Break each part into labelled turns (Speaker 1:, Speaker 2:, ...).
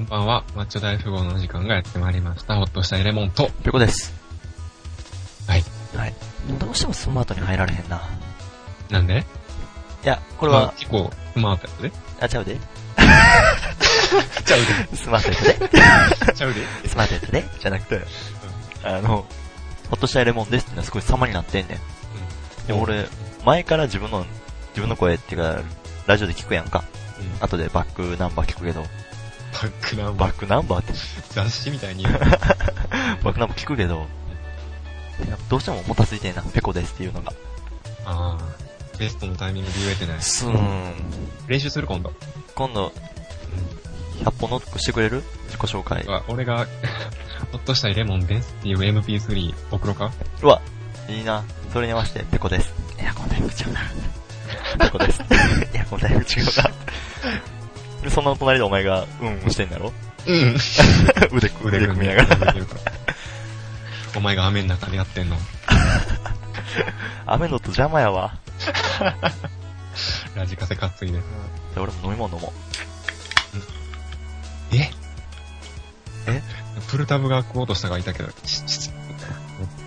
Speaker 1: んばんは、マッチョ大富豪のお時間がやってまいりました。ほっとしたエレモンと。
Speaker 2: ぴょこです。
Speaker 1: はい。
Speaker 2: はい。どうしてもスマートに入られへんな。
Speaker 1: なんで
Speaker 2: いや、こ
Speaker 1: こ
Speaker 2: れは、
Speaker 1: 結構、スマートやで。
Speaker 2: あ、ちゃうで。
Speaker 1: ちゃう
Speaker 2: スマートやつ
Speaker 1: で。ちゃうで。
Speaker 2: で。スマートやつで。 じゃなくて、あの、ほっとしたレモンですってのはすごい様になってんねん。でも俺、前から自分の、自分の声っていうか、ラジオで聞くやんか。
Speaker 1: うん。バ
Speaker 2: 後でバックナンバー聞くけど、
Speaker 1: ックナンバー
Speaker 2: バッ、クナンバーって、
Speaker 1: 雑誌みたいに言 う。
Speaker 2: バックナンバー聞くけど、どうしてももたついてんな、ペコですっていうのが。
Speaker 1: あー、ベストのタイミングで言えてない。
Speaker 2: すーん。
Speaker 1: 練習する今度。
Speaker 2: 今度、100本ノックしてくれる自己紹介。
Speaker 1: は俺が、 ほっとしたエレモンですっていう MP3 送ろうか
Speaker 2: うわ、いいな。それに合わせて、ペコです。エアコンタイム違うな。ペコです。 エアコンタイム違うな。で、その隣でお前が、うんうんしてんだろ
Speaker 1: うん。
Speaker 2: 腕、腕組みながら。
Speaker 1: ら。 お前が雨の中でやってんの。
Speaker 2: 雨の音邪魔やわ。
Speaker 1: ラジカセ担いで。
Speaker 2: で、俺も飲み物飲も
Speaker 1: え
Speaker 2: え
Speaker 1: プルタブが食おうとしたがいたけど、ししし
Speaker 2: う。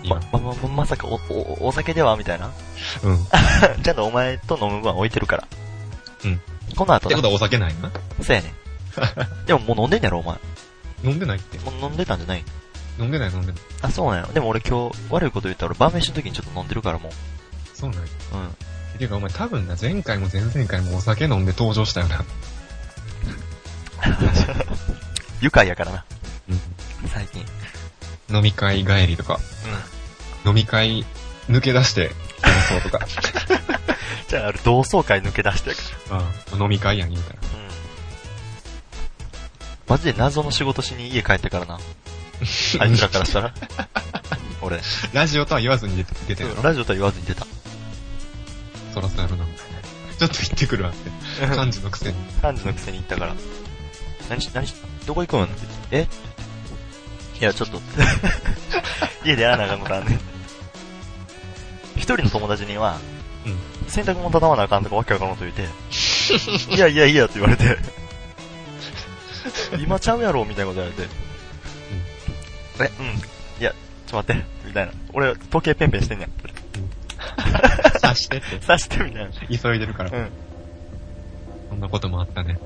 Speaker 1: 今
Speaker 2: ま、、ま、ま、まさかお、お、お酒ではみたいな。
Speaker 1: うん。っ
Speaker 2: ちゃんとお前と飲む分は置いてるから。
Speaker 1: うん。
Speaker 2: この後
Speaker 1: て
Speaker 2: な
Speaker 1: ことはお酒ないな
Speaker 2: そう やね。でももう飲んでんやろ、お前。
Speaker 1: 飲んでないって。
Speaker 2: もう飲んでたんじゃない
Speaker 1: 飲んでない飲んでない。
Speaker 2: あ、そうなんや。でも俺今日、悪いこと言ったら俺晩飯の時にちょっと飲んでるからも
Speaker 1: そうなんや
Speaker 2: う。うん。
Speaker 1: ていうかお前多分な、前回も前々回もお酒飲んで登場したよな。
Speaker 2: 愉快やからな。
Speaker 1: う
Speaker 2: 最近。
Speaker 1: ん。飲み会帰りとか、
Speaker 2: うん。
Speaker 1: 飲み会抜け出して、そう とか。
Speaker 2: じゃあ、あれ、同窓会抜け出してやか
Speaker 1: ああ飲み会やん、言うたら。
Speaker 2: ら。うん。マジで謎の仕事しに家帰ってからな。あいつらからしたら。俺、
Speaker 1: ラジオとは言わずに出て出てるの。
Speaker 2: ラジオとは言わずに出た。
Speaker 1: そらそらな。ちょっと行ってくるわって。感じのく せに。
Speaker 2: 3時のくせに行ったから。何し、何し、どこ行くんってえいや、ちょっ と。家でやらなあかんことあんねん。一人の友達には、
Speaker 1: うん。
Speaker 2: 洗濯物畳まなあかんとかわけわからんこと言うて、いやいやいやって言われ て、今ちゃうやろみたいなこと言われて、え、うん、いや、ちょっと待って、みたいな。俺、時計ペンペンしてんねん。
Speaker 1: 察してって。
Speaker 2: 刺してみたいな。
Speaker 1: 急いでるから。
Speaker 2: うん。
Speaker 1: そんなこともあったね。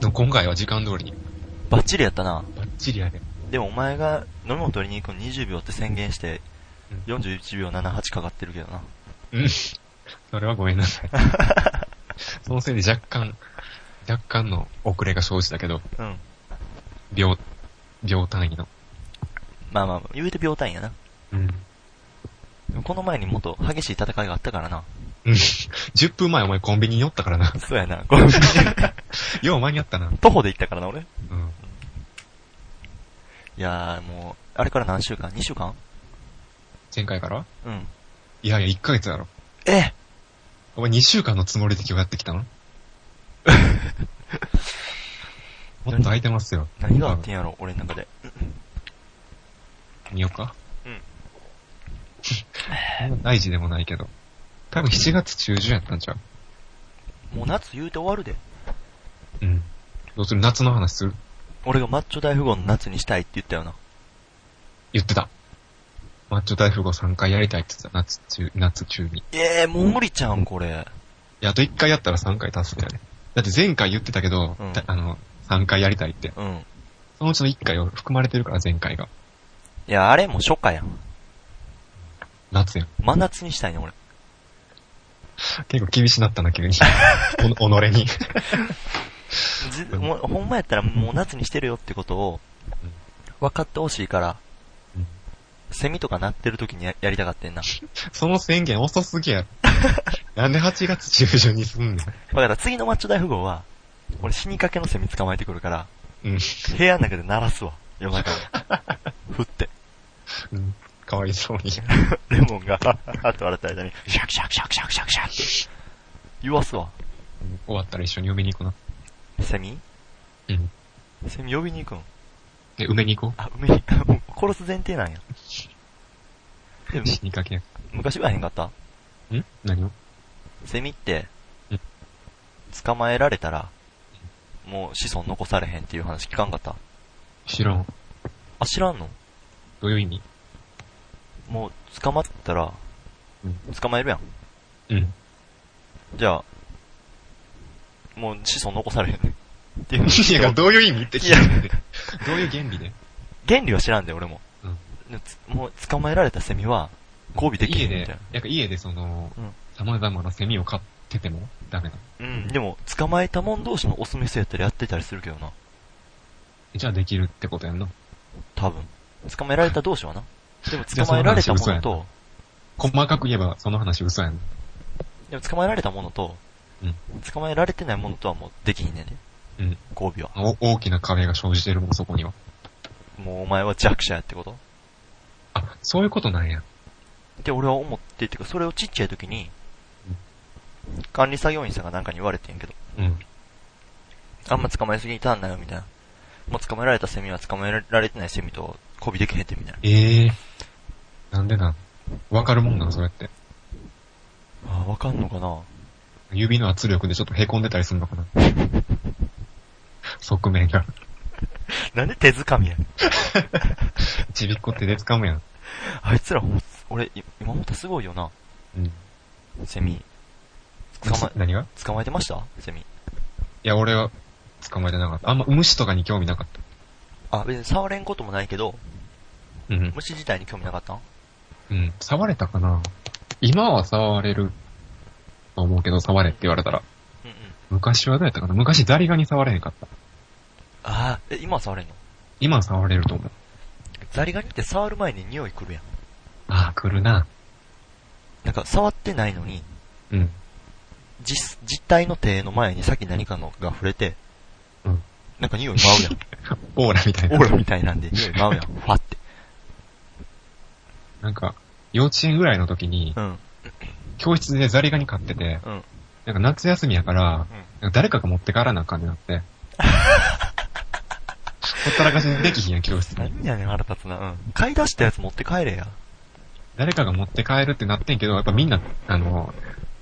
Speaker 1: でも今回は時間通りに、
Speaker 2: バッチリやったな。
Speaker 1: バッチリやで。
Speaker 2: でもお前が飲み物取りに行くの20秒って宣言して、41秒78かかってるけどな。
Speaker 1: うん。それはごめんな さい。そのせいで若干、若干の遅れが生じたけど、
Speaker 2: うん。
Speaker 1: 秒、秒単位の。
Speaker 2: まあまあ、言うて秒単位やな。
Speaker 1: うん。
Speaker 2: でもこの前にもっと激しい戦いがあったからな。
Speaker 1: 10分前お前コンビニに寄ったからな。
Speaker 2: そうやな。この
Speaker 1: よう間に合ったな。
Speaker 2: 徒歩で行ったからな、俺。い
Speaker 1: うん。
Speaker 2: やー、もう、あれから何週間 ?2 週間
Speaker 1: 前回から
Speaker 2: うん。
Speaker 1: いやいや、1ヶ月やろ。
Speaker 2: え
Speaker 1: お前2週間のつもりで今日やってき たのもっと空いてますよ。
Speaker 2: 何があってんやろ、俺の中で。
Speaker 1: 見ようか。
Speaker 2: うん。
Speaker 1: そんな 大事でもないけど。多分7月中旬やったんちゃう
Speaker 2: もう夏言うて終わるで。
Speaker 1: うん。どうする夏の話する
Speaker 2: 俺がマッチョ大富豪の夏にしたいって言ったよな。
Speaker 1: 言ってた。マッチョ大富豪3回やりたいって言ってた。夏中、夏中に。い
Speaker 2: えー、もう無理ちゃうん、これ。
Speaker 1: や、あと1回やったら3回達成やね。だって前回言ってたけど、
Speaker 2: うん
Speaker 1: たあの、3回やりたいって。
Speaker 2: うん。
Speaker 1: そのうちの1回を含まれてるから、前回が。
Speaker 2: いや、あれもう初夏やん。
Speaker 1: 夏やん。
Speaker 2: 真夏にしたいね、俺。
Speaker 1: 結構厳しなったな、急に。 お、己に。
Speaker 2: ずもうほんまやったらもう夏にしてるよってことを
Speaker 1: うん、
Speaker 2: 分かってほしいから、
Speaker 1: うん
Speaker 2: セミとか鳴ってる時にややりたかってんな。
Speaker 1: その宣言遅す ぎやろ。なんで8月中旬にすんねん。
Speaker 2: だから次のマッチョ大富豪は、俺死にかけのセミ捕まえてくるから、
Speaker 1: うん。
Speaker 2: 部屋の中で鳴らすわ。夜中に。振って。
Speaker 1: うん。かわいそうに。
Speaker 2: レモンが、はっはっと笑った間に、シャクシャクシャクシャクシャクシャクって言わすわ。
Speaker 1: うん終わったら一緒に埋めに行くな。
Speaker 2: セミ
Speaker 1: うん。
Speaker 2: セミ呼びに行くん
Speaker 1: で、埋めに行こ
Speaker 2: あ、梅に、もう殺す前提 なんや。でも
Speaker 1: う。、死にかけ。ん
Speaker 2: 昔はへんかった
Speaker 1: 何を
Speaker 2: セミって
Speaker 1: うん、
Speaker 2: 捕まえられたら
Speaker 1: うん、
Speaker 2: もう子孫残されへんっていう話聞かんかった
Speaker 1: 知らん。
Speaker 2: あ、知らんの
Speaker 1: どういう意味
Speaker 2: もう捕まったら
Speaker 1: うん、
Speaker 2: 捕まえるやん。
Speaker 1: うん。
Speaker 2: じゃあ、もう子孫残されへんねん。っていう。
Speaker 1: いや、どういう意味って聞いてんで。どういう原理で
Speaker 2: 原理は知らんで、俺も。
Speaker 1: うん
Speaker 2: でつもう捕まえられたセミは、交尾できへ
Speaker 1: 家
Speaker 2: んみ
Speaker 1: で
Speaker 2: たい、
Speaker 1: なんか家でその
Speaker 2: うん、
Speaker 1: 様々なセミを飼っててもダメなの。
Speaker 2: な。うん、でも、捕まえたもん同士のオスメスやったらやってたりするけどな。
Speaker 1: じゃあできるってことやんな。
Speaker 2: 多分。捕まえられた同士はな。でも
Speaker 1: じゃあ
Speaker 2: 捕まえられたも
Speaker 1: その話嘘
Speaker 2: の
Speaker 1: や
Speaker 2: と、
Speaker 1: 細かく言えばその話嘘やん。
Speaker 2: でも捕まえられたものと、
Speaker 1: うん
Speaker 2: 捕まえられてないものとはもうできひんねんで。
Speaker 1: うん。
Speaker 2: 交尾は。
Speaker 1: お大きな壁が生じてるもん、そこには。
Speaker 2: もうお前は弱者やってこと
Speaker 1: あ、そういうことなんや。
Speaker 2: って俺は思って、てかそれをちっちゃい時に
Speaker 1: うん、
Speaker 2: 管理作業員さんがなんかに言われてんけど、
Speaker 1: うん。
Speaker 2: あんま捕まえすぎたんなよ、みたいな。もう捕まえられたセミは捕まえられてないセミと交尾できへんって、みたいな。
Speaker 1: ええなんでなんわかるもんなん、それって。
Speaker 2: あー、わかんのかな
Speaker 1: 指の圧力でちょっと凹んでたりするのかな 側面が。
Speaker 2: なんで手づかみや
Speaker 1: ちびっこ手で掴むやん。
Speaker 2: あいつらほん、俺、い今思ったらすごいよな、
Speaker 1: うん。
Speaker 2: セミ。捕ま、
Speaker 1: 何がい
Speaker 2: 捕まえてましたセミ。
Speaker 1: や、俺は捕まえてなかった。あんま虫とかに興味なかった。
Speaker 2: あ、別に触れんこともないけど、
Speaker 1: うん。
Speaker 2: 虫自体に興味なかったん
Speaker 1: うん。触れたかな今は触れると思うけど、触れって言われたら。
Speaker 2: うんうん。
Speaker 1: 昔はどうやったかな昔ザリガニ触れへんかった。
Speaker 2: あー、え、今は触れんの
Speaker 1: 今は触れると思う。
Speaker 2: ザリガニって触る前に匂い来るやん。
Speaker 1: ああ、来るな。
Speaker 2: なんか触ってないのに、
Speaker 1: うん。
Speaker 2: 実、実体の手の前に先何かのが触れて、
Speaker 1: うん
Speaker 2: なんか匂い舞うやん。
Speaker 1: オーラみたいな。
Speaker 2: オーラみたいなんで匂い舞うやん。ファって。
Speaker 1: なんか、幼稚園ぐらいの時に、
Speaker 2: うん。
Speaker 1: 教室でザリガニ飼ってて、
Speaker 2: うん。
Speaker 1: なんか夏休みやから、なんか誰かが持って帰らなあかんねなって。ほったらかしにできひんやん、教室に。
Speaker 2: 何やねん腹立つな。うん。買い出したやつ持って帰れや。
Speaker 1: 誰かが持って帰るってなってんけど、やっぱみんな、あの、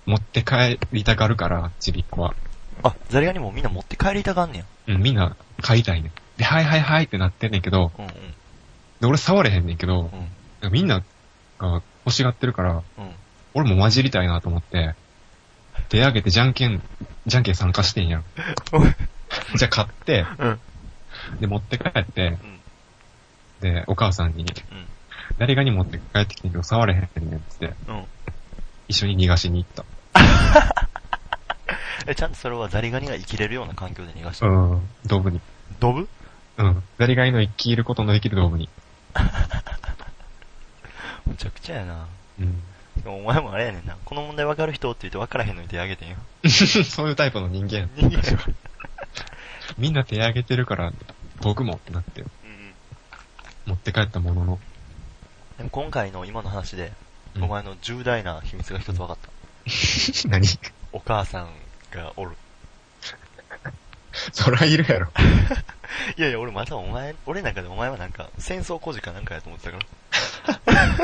Speaker 1: 持って帰りたがるから、ちびっこは。
Speaker 2: あ、ザリガニもみんな持って帰りたがんねや。
Speaker 1: うん、みんな飼いたいねん。で、はいはいはいってなってんねんけど、
Speaker 2: うんうん。
Speaker 1: で、俺触れへんねんけど、
Speaker 2: うん。
Speaker 1: なんかみんなが欲しがってるから、
Speaker 2: うん。
Speaker 1: 俺も混じりたいなと思って、手挙げてじゃんけん、じゃんけん参加してんやん。じゃあ買って、
Speaker 2: うん。
Speaker 1: で、持って帰って、
Speaker 2: うん。
Speaker 1: で、お母さんに、誰がに持って帰ってきてんけど触れへんねんっつって、
Speaker 2: うん。うん。
Speaker 1: 一緒に逃がしに行った。
Speaker 2: え、ちゃんとそれはザリガニが生きれるような環境で逃がした。
Speaker 1: うん。ドブに。
Speaker 2: ドブ
Speaker 1: うん。誰がいの生きることのできるドブに。
Speaker 2: むちゃくちゃやな。
Speaker 1: うん。
Speaker 2: でもお前もあれやねんな。この問題わかる人って言って分からへんのに手あげてんよ。
Speaker 1: そういうタイプの人間。
Speaker 2: 人間は
Speaker 1: みんな手挙げてるから、僕もってなって、
Speaker 2: うんうん。
Speaker 1: 持って帰ったものの。
Speaker 2: でも今回の今の話で、
Speaker 1: うん
Speaker 2: お前の重大な秘密が一つ分かった。
Speaker 1: 何
Speaker 2: お母さんがおる。
Speaker 1: そらいるやろ。
Speaker 2: いやいや、俺またお前、俺なんかでお前はなんか、戦争孤児かなんかやと思ってたから。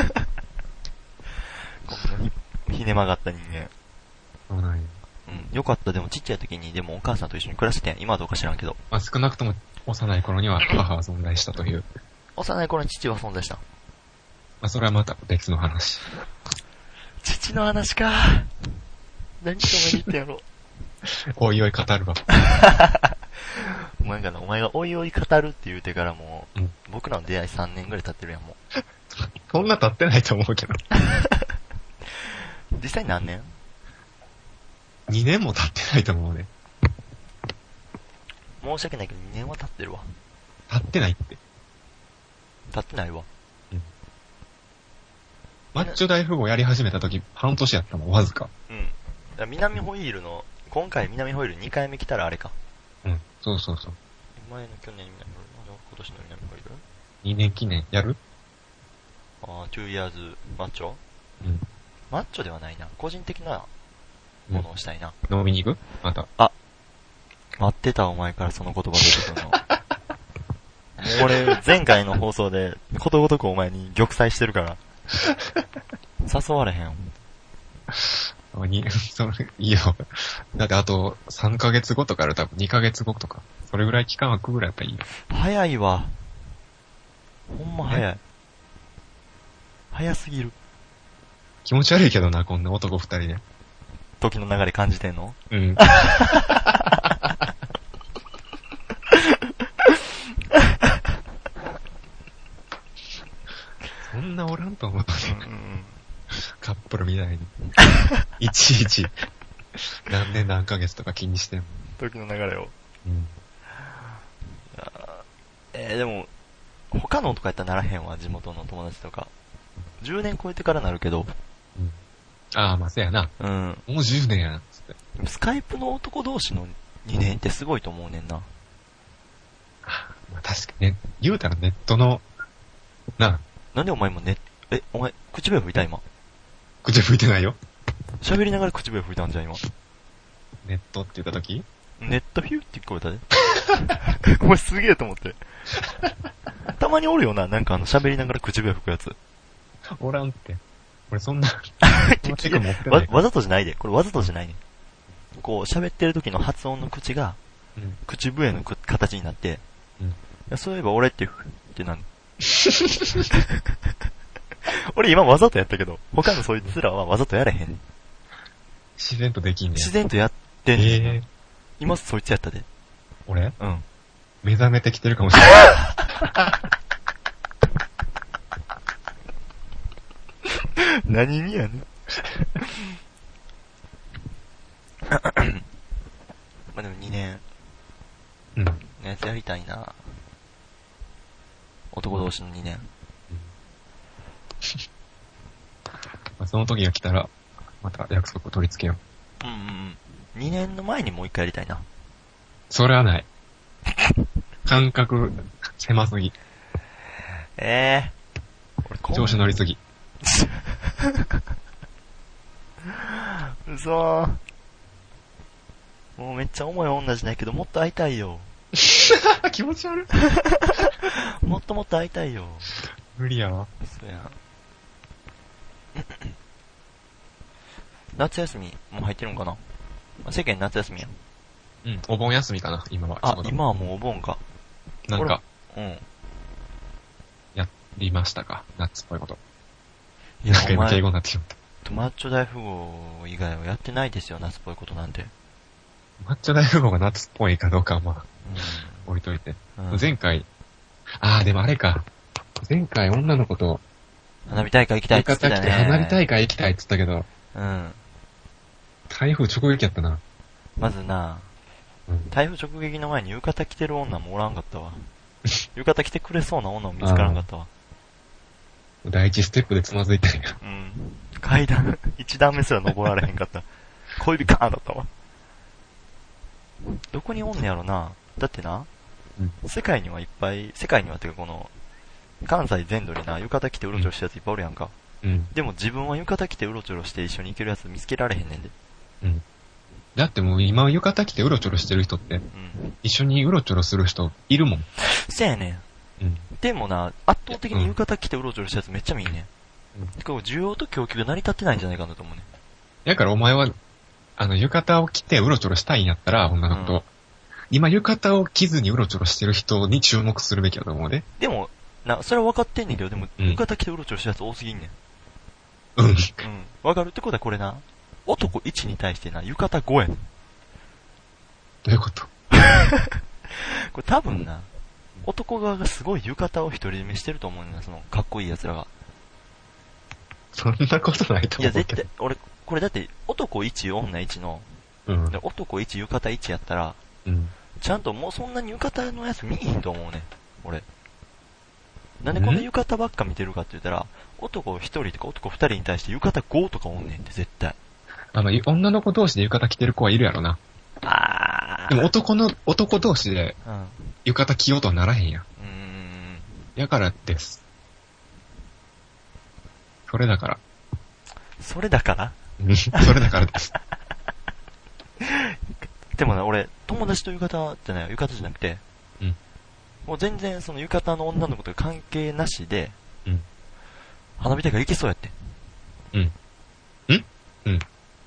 Speaker 2: こんなにひね曲がった人間。
Speaker 1: そうなんや。
Speaker 2: うん。よかった、でもちっちゃい時に、でもお母さんと一緒に暮らしてたやん。今はどうか知らんけど。
Speaker 1: まあ、少なくとも幼い頃には母は存在したという。
Speaker 2: 幼い頃に父は存在した。
Speaker 1: まあ、それはまた別の話。
Speaker 2: 父の話か。何とまで言ってやろう。
Speaker 1: おいおい語るわ。
Speaker 2: お前がな、お前がおいおい語るって言うてからもう、
Speaker 1: うん
Speaker 2: 僕らの出会い3年ぐらい経ってるやん、も
Speaker 1: そんな経ってないと思うけど。
Speaker 2: う。実際何年
Speaker 1: 2年も経ってないと思うね。
Speaker 2: 申し訳ないけど2年は経ってるわ。
Speaker 1: 経ってないって。
Speaker 2: 経ってないわ。
Speaker 1: マッチョ大富豪やり始めた時、半年やったもん、わずか。
Speaker 2: うん。だから南ホイールの、今回南ホイール2回目来たらあれか。
Speaker 1: うん。そうそうそう。
Speaker 2: 前の去年南ホイール、今年の南ホイール
Speaker 1: 2年記念やる
Speaker 2: あー、2 years マッチョ
Speaker 1: うん。
Speaker 2: マッチョではないな。個人的なものをしたいな。
Speaker 1: 飲みに行くまた。
Speaker 2: 待ってたお前からその言葉出てくるの。もう 俺、前回の放送で、ことごとくお前に玉砕してるから。誘われへん。
Speaker 1: まあに それ、いいよ。だってあと、3ヶ月後とかある多分2ヶ月後とか。それぐらい期間空くぐらいやったらいいよ。
Speaker 2: 早いわ。ほんま早い。早すぎる。
Speaker 1: 気持ち悪いけどな、こんな男二人で。
Speaker 2: 時の流れ感じてんの
Speaker 1: うん。 そんなおらんと思ったね。カップルみた いに。いちいち、何年何ヶ月とか気にしてんの。
Speaker 2: 時の流れを。
Speaker 1: うん。
Speaker 2: えー、でも、他のとかやったらならへんわ、地元の友達とか。10年超えてからなるけど。
Speaker 1: うん、ああ、まあ、せやな。
Speaker 2: うん。
Speaker 1: もう10年やな、つって。
Speaker 2: でもスカイプの男同士の2年ってすごいと思うねんな。
Speaker 1: まあ、確かにね、言うたらネットの、なあ、
Speaker 2: なんでお前もね、え、お前、口笛吹いた今。
Speaker 1: 口吹いてないよ。
Speaker 2: 喋りながら口笛吹いたんじゃん今。
Speaker 1: ネットって言った時
Speaker 2: ネットヒューって聞こえたで。 お前すげえと思って。 たまにおるよな、なんかあの喋りながら口笛吹くやつ。
Speaker 1: おらんって。俺そんな、そんなテク持ってな
Speaker 2: わ
Speaker 1: い、。
Speaker 2: わざとじゃないで。これわざとじゃないね。こう、喋ってる時の発音の口が、
Speaker 1: うん
Speaker 2: 口笛のく形になって、
Speaker 1: うん
Speaker 2: いやそういえば俺って、って何俺今わざとやったけど、他のそいつらはわざとやれへん。
Speaker 1: 自然とできんね
Speaker 2: 自
Speaker 1: ん。
Speaker 2: 然とやってんねんな
Speaker 1: えー
Speaker 2: 今そいつやったで。
Speaker 1: 俺
Speaker 2: うん。
Speaker 1: 目覚めてきてるかもしれない。
Speaker 2: 何にやねん。まあでも2年、
Speaker 1: うん。
Speaker 2: のやつやりたいな男同士の2年。
Speaker 1: まあ、その時が来たら、また約束を取り付けよう。
Speaker 2: うんうんうん。2年の前にもう一回やりたいな。
Speaker 1: それは ない。感覚、狭すぎ。
Speaker 2: ええー。俺こん
Speaker 1: 調子乗りすぎ。
Speaker 2: うそー。もうめっちゃ重い女じゃないけど、もっと会いたいよ。
Speaker 1: 気持ち悪い。
Speaker 2: もっともっと会いたいよ。
Speaker 1: 無理やわ。
Speaker 2: そうやん。夏休み、もう入ってるんかな世間夏休みやん。
Speaker 1: うん。お盆休みかな、今は。ちょ
Speaker 2: あ
Speaker 1: う、ど
Speaker 2: 今はもうお盆か。
Speaker 1: なんか、
Speaker 2: うん。
Speaker 1: りましたか。夏っぽいこと。
Speaker 2: い
Speaker 1: なんか
Speaker 2: お
Speaker 1: 今敬
Speaker 2: 前
Speaker 1: 語になってしまった。
Speaker 2: トマッチョ大富豪以外はやってないですよ、夏っぽいことなんて。
Speaker 1: 抹茶大富豪が夏っぽいかどうかはまあ、
Speaker 2: う
Speaker 1: 置いといて。
Speaker 2: ん。うん、
Speaker 1: 前回、ああ、でもあれか。前回女の子と、
Speaker 2: 花火大会行きたいっ
Speaker 1: 浴
Speaker 2: て言って
Speaker 1: 衣
Speaker 2: た
Speaker 1: 着て
Speaker 2: ね。
Speaker 1: 花火大会行きたいって言ったけど、
Speaker 2: うん。
Speaker 1: 台風直撃やったな。
Speaker 2: まずな、
Speaker 1: うん。
Speaker 2: 台風直撃の前に浴衣着てる女もおらんかったわ。浴衣着てくれそうな女も見つからんかったわ。
Speaker 1: 第一ステップでつまずいたんや。
Speaker 2: うん。階段、 一段目すら登られへんかった。小指カーンだったわ。どこにおんねやろな。だってな、
Speaker 1: うん
Speaker 2: 世界にはいっぱい、世界にはっていうかこの、関西全土にな、浴衣着てうろちょろしたやついっぱいおるやんか。
Speaker 1: うん。
Speaker 2: でも自分は浴衣着てうろちょろして一緒に行けるやつ見つけられへんねんで。
Speaker 1: うん。だってもう今浴衣着てうろちょろしてる人って、
Speaker 2: うん。
Speaker 1: 一緒にうろちょろする人いるもん。
Speaker 2: そやね
Speaker 1: う
Speaker 2: ん。
Speaker 1: ん。
Speaker 2: でもな、圧倒的に浴衣着てうろちょろしたやつめっちゃ見んね
Speaker 1: うん
Speaker 2: ん。てか、需要と供給が成り立ってないんじゃないかなと思うね。
Speaker 1: だからお前は、あの、浴衣を着てうろちょろしたいんやったら、女の子と、
Speaker 2: う
Speaker 1: 今浴衣を着ずにうろちょろしてる人に注目するべきだと思うね。
Speaker 2: でも、な、それは分かってんねんけど、でも、
Speaker 1: うん
Speaker 2: 浴衣着てうろちょろしたやつ多すぎんねん。
Speaker 1: うん。
Speaker 2: うん。分かるってことはこれな、男1に対してな、浴衣5やねん。
Speaker 1: どういうこと
Speaker 2: これ多分な、男側がすごい浴衣を独り占めしてると思うねんな、その、かっこいい奴らが。
Speaker 1: そんなことないと
Speaker 2: い
Speaker 1: 思
Speaker 2: や、
Speaker 1: うけど。
Speaker 2: 絶対、俺、これだって、男1、女1の、
Speaker 1: うん
Speaker 2: で。男1、浴衣1やったら、
Speaker 1: うん。
Speaker 2: ちゃんともうそんなに浴衣のやつ見えへんと思うねん。俺。なんでこんな浴衣ばっか見てるかって言ったら、男1人とか男2人に対して浴衣5とかおんねんって絶対。
Speaker 1: あの、い女の子同士で浴衣着てる子はいるやろな。
Speaker 2: あ
Speaker 1: でも男の、男同士で
Speaker 2: うん。う
Speaker 1: 浴衣着ようとはならへんやん。
Speaker 2: ーん。
Speaker 1: やからです。それだから。
Speaker 2: それだから
Speaker 1: うんそれだからです。
Speaker 2: でもね、俺、友達と浴衣じゃない、浴衣じゃなくて、
Speaker 1: うん
Speaker 2: もう全然その浴衣の女の子とか関係なしで、
Speaker 1: うん
Speaker 2: 花火大会行けそうやって。
Speaker 1: うん。んうん。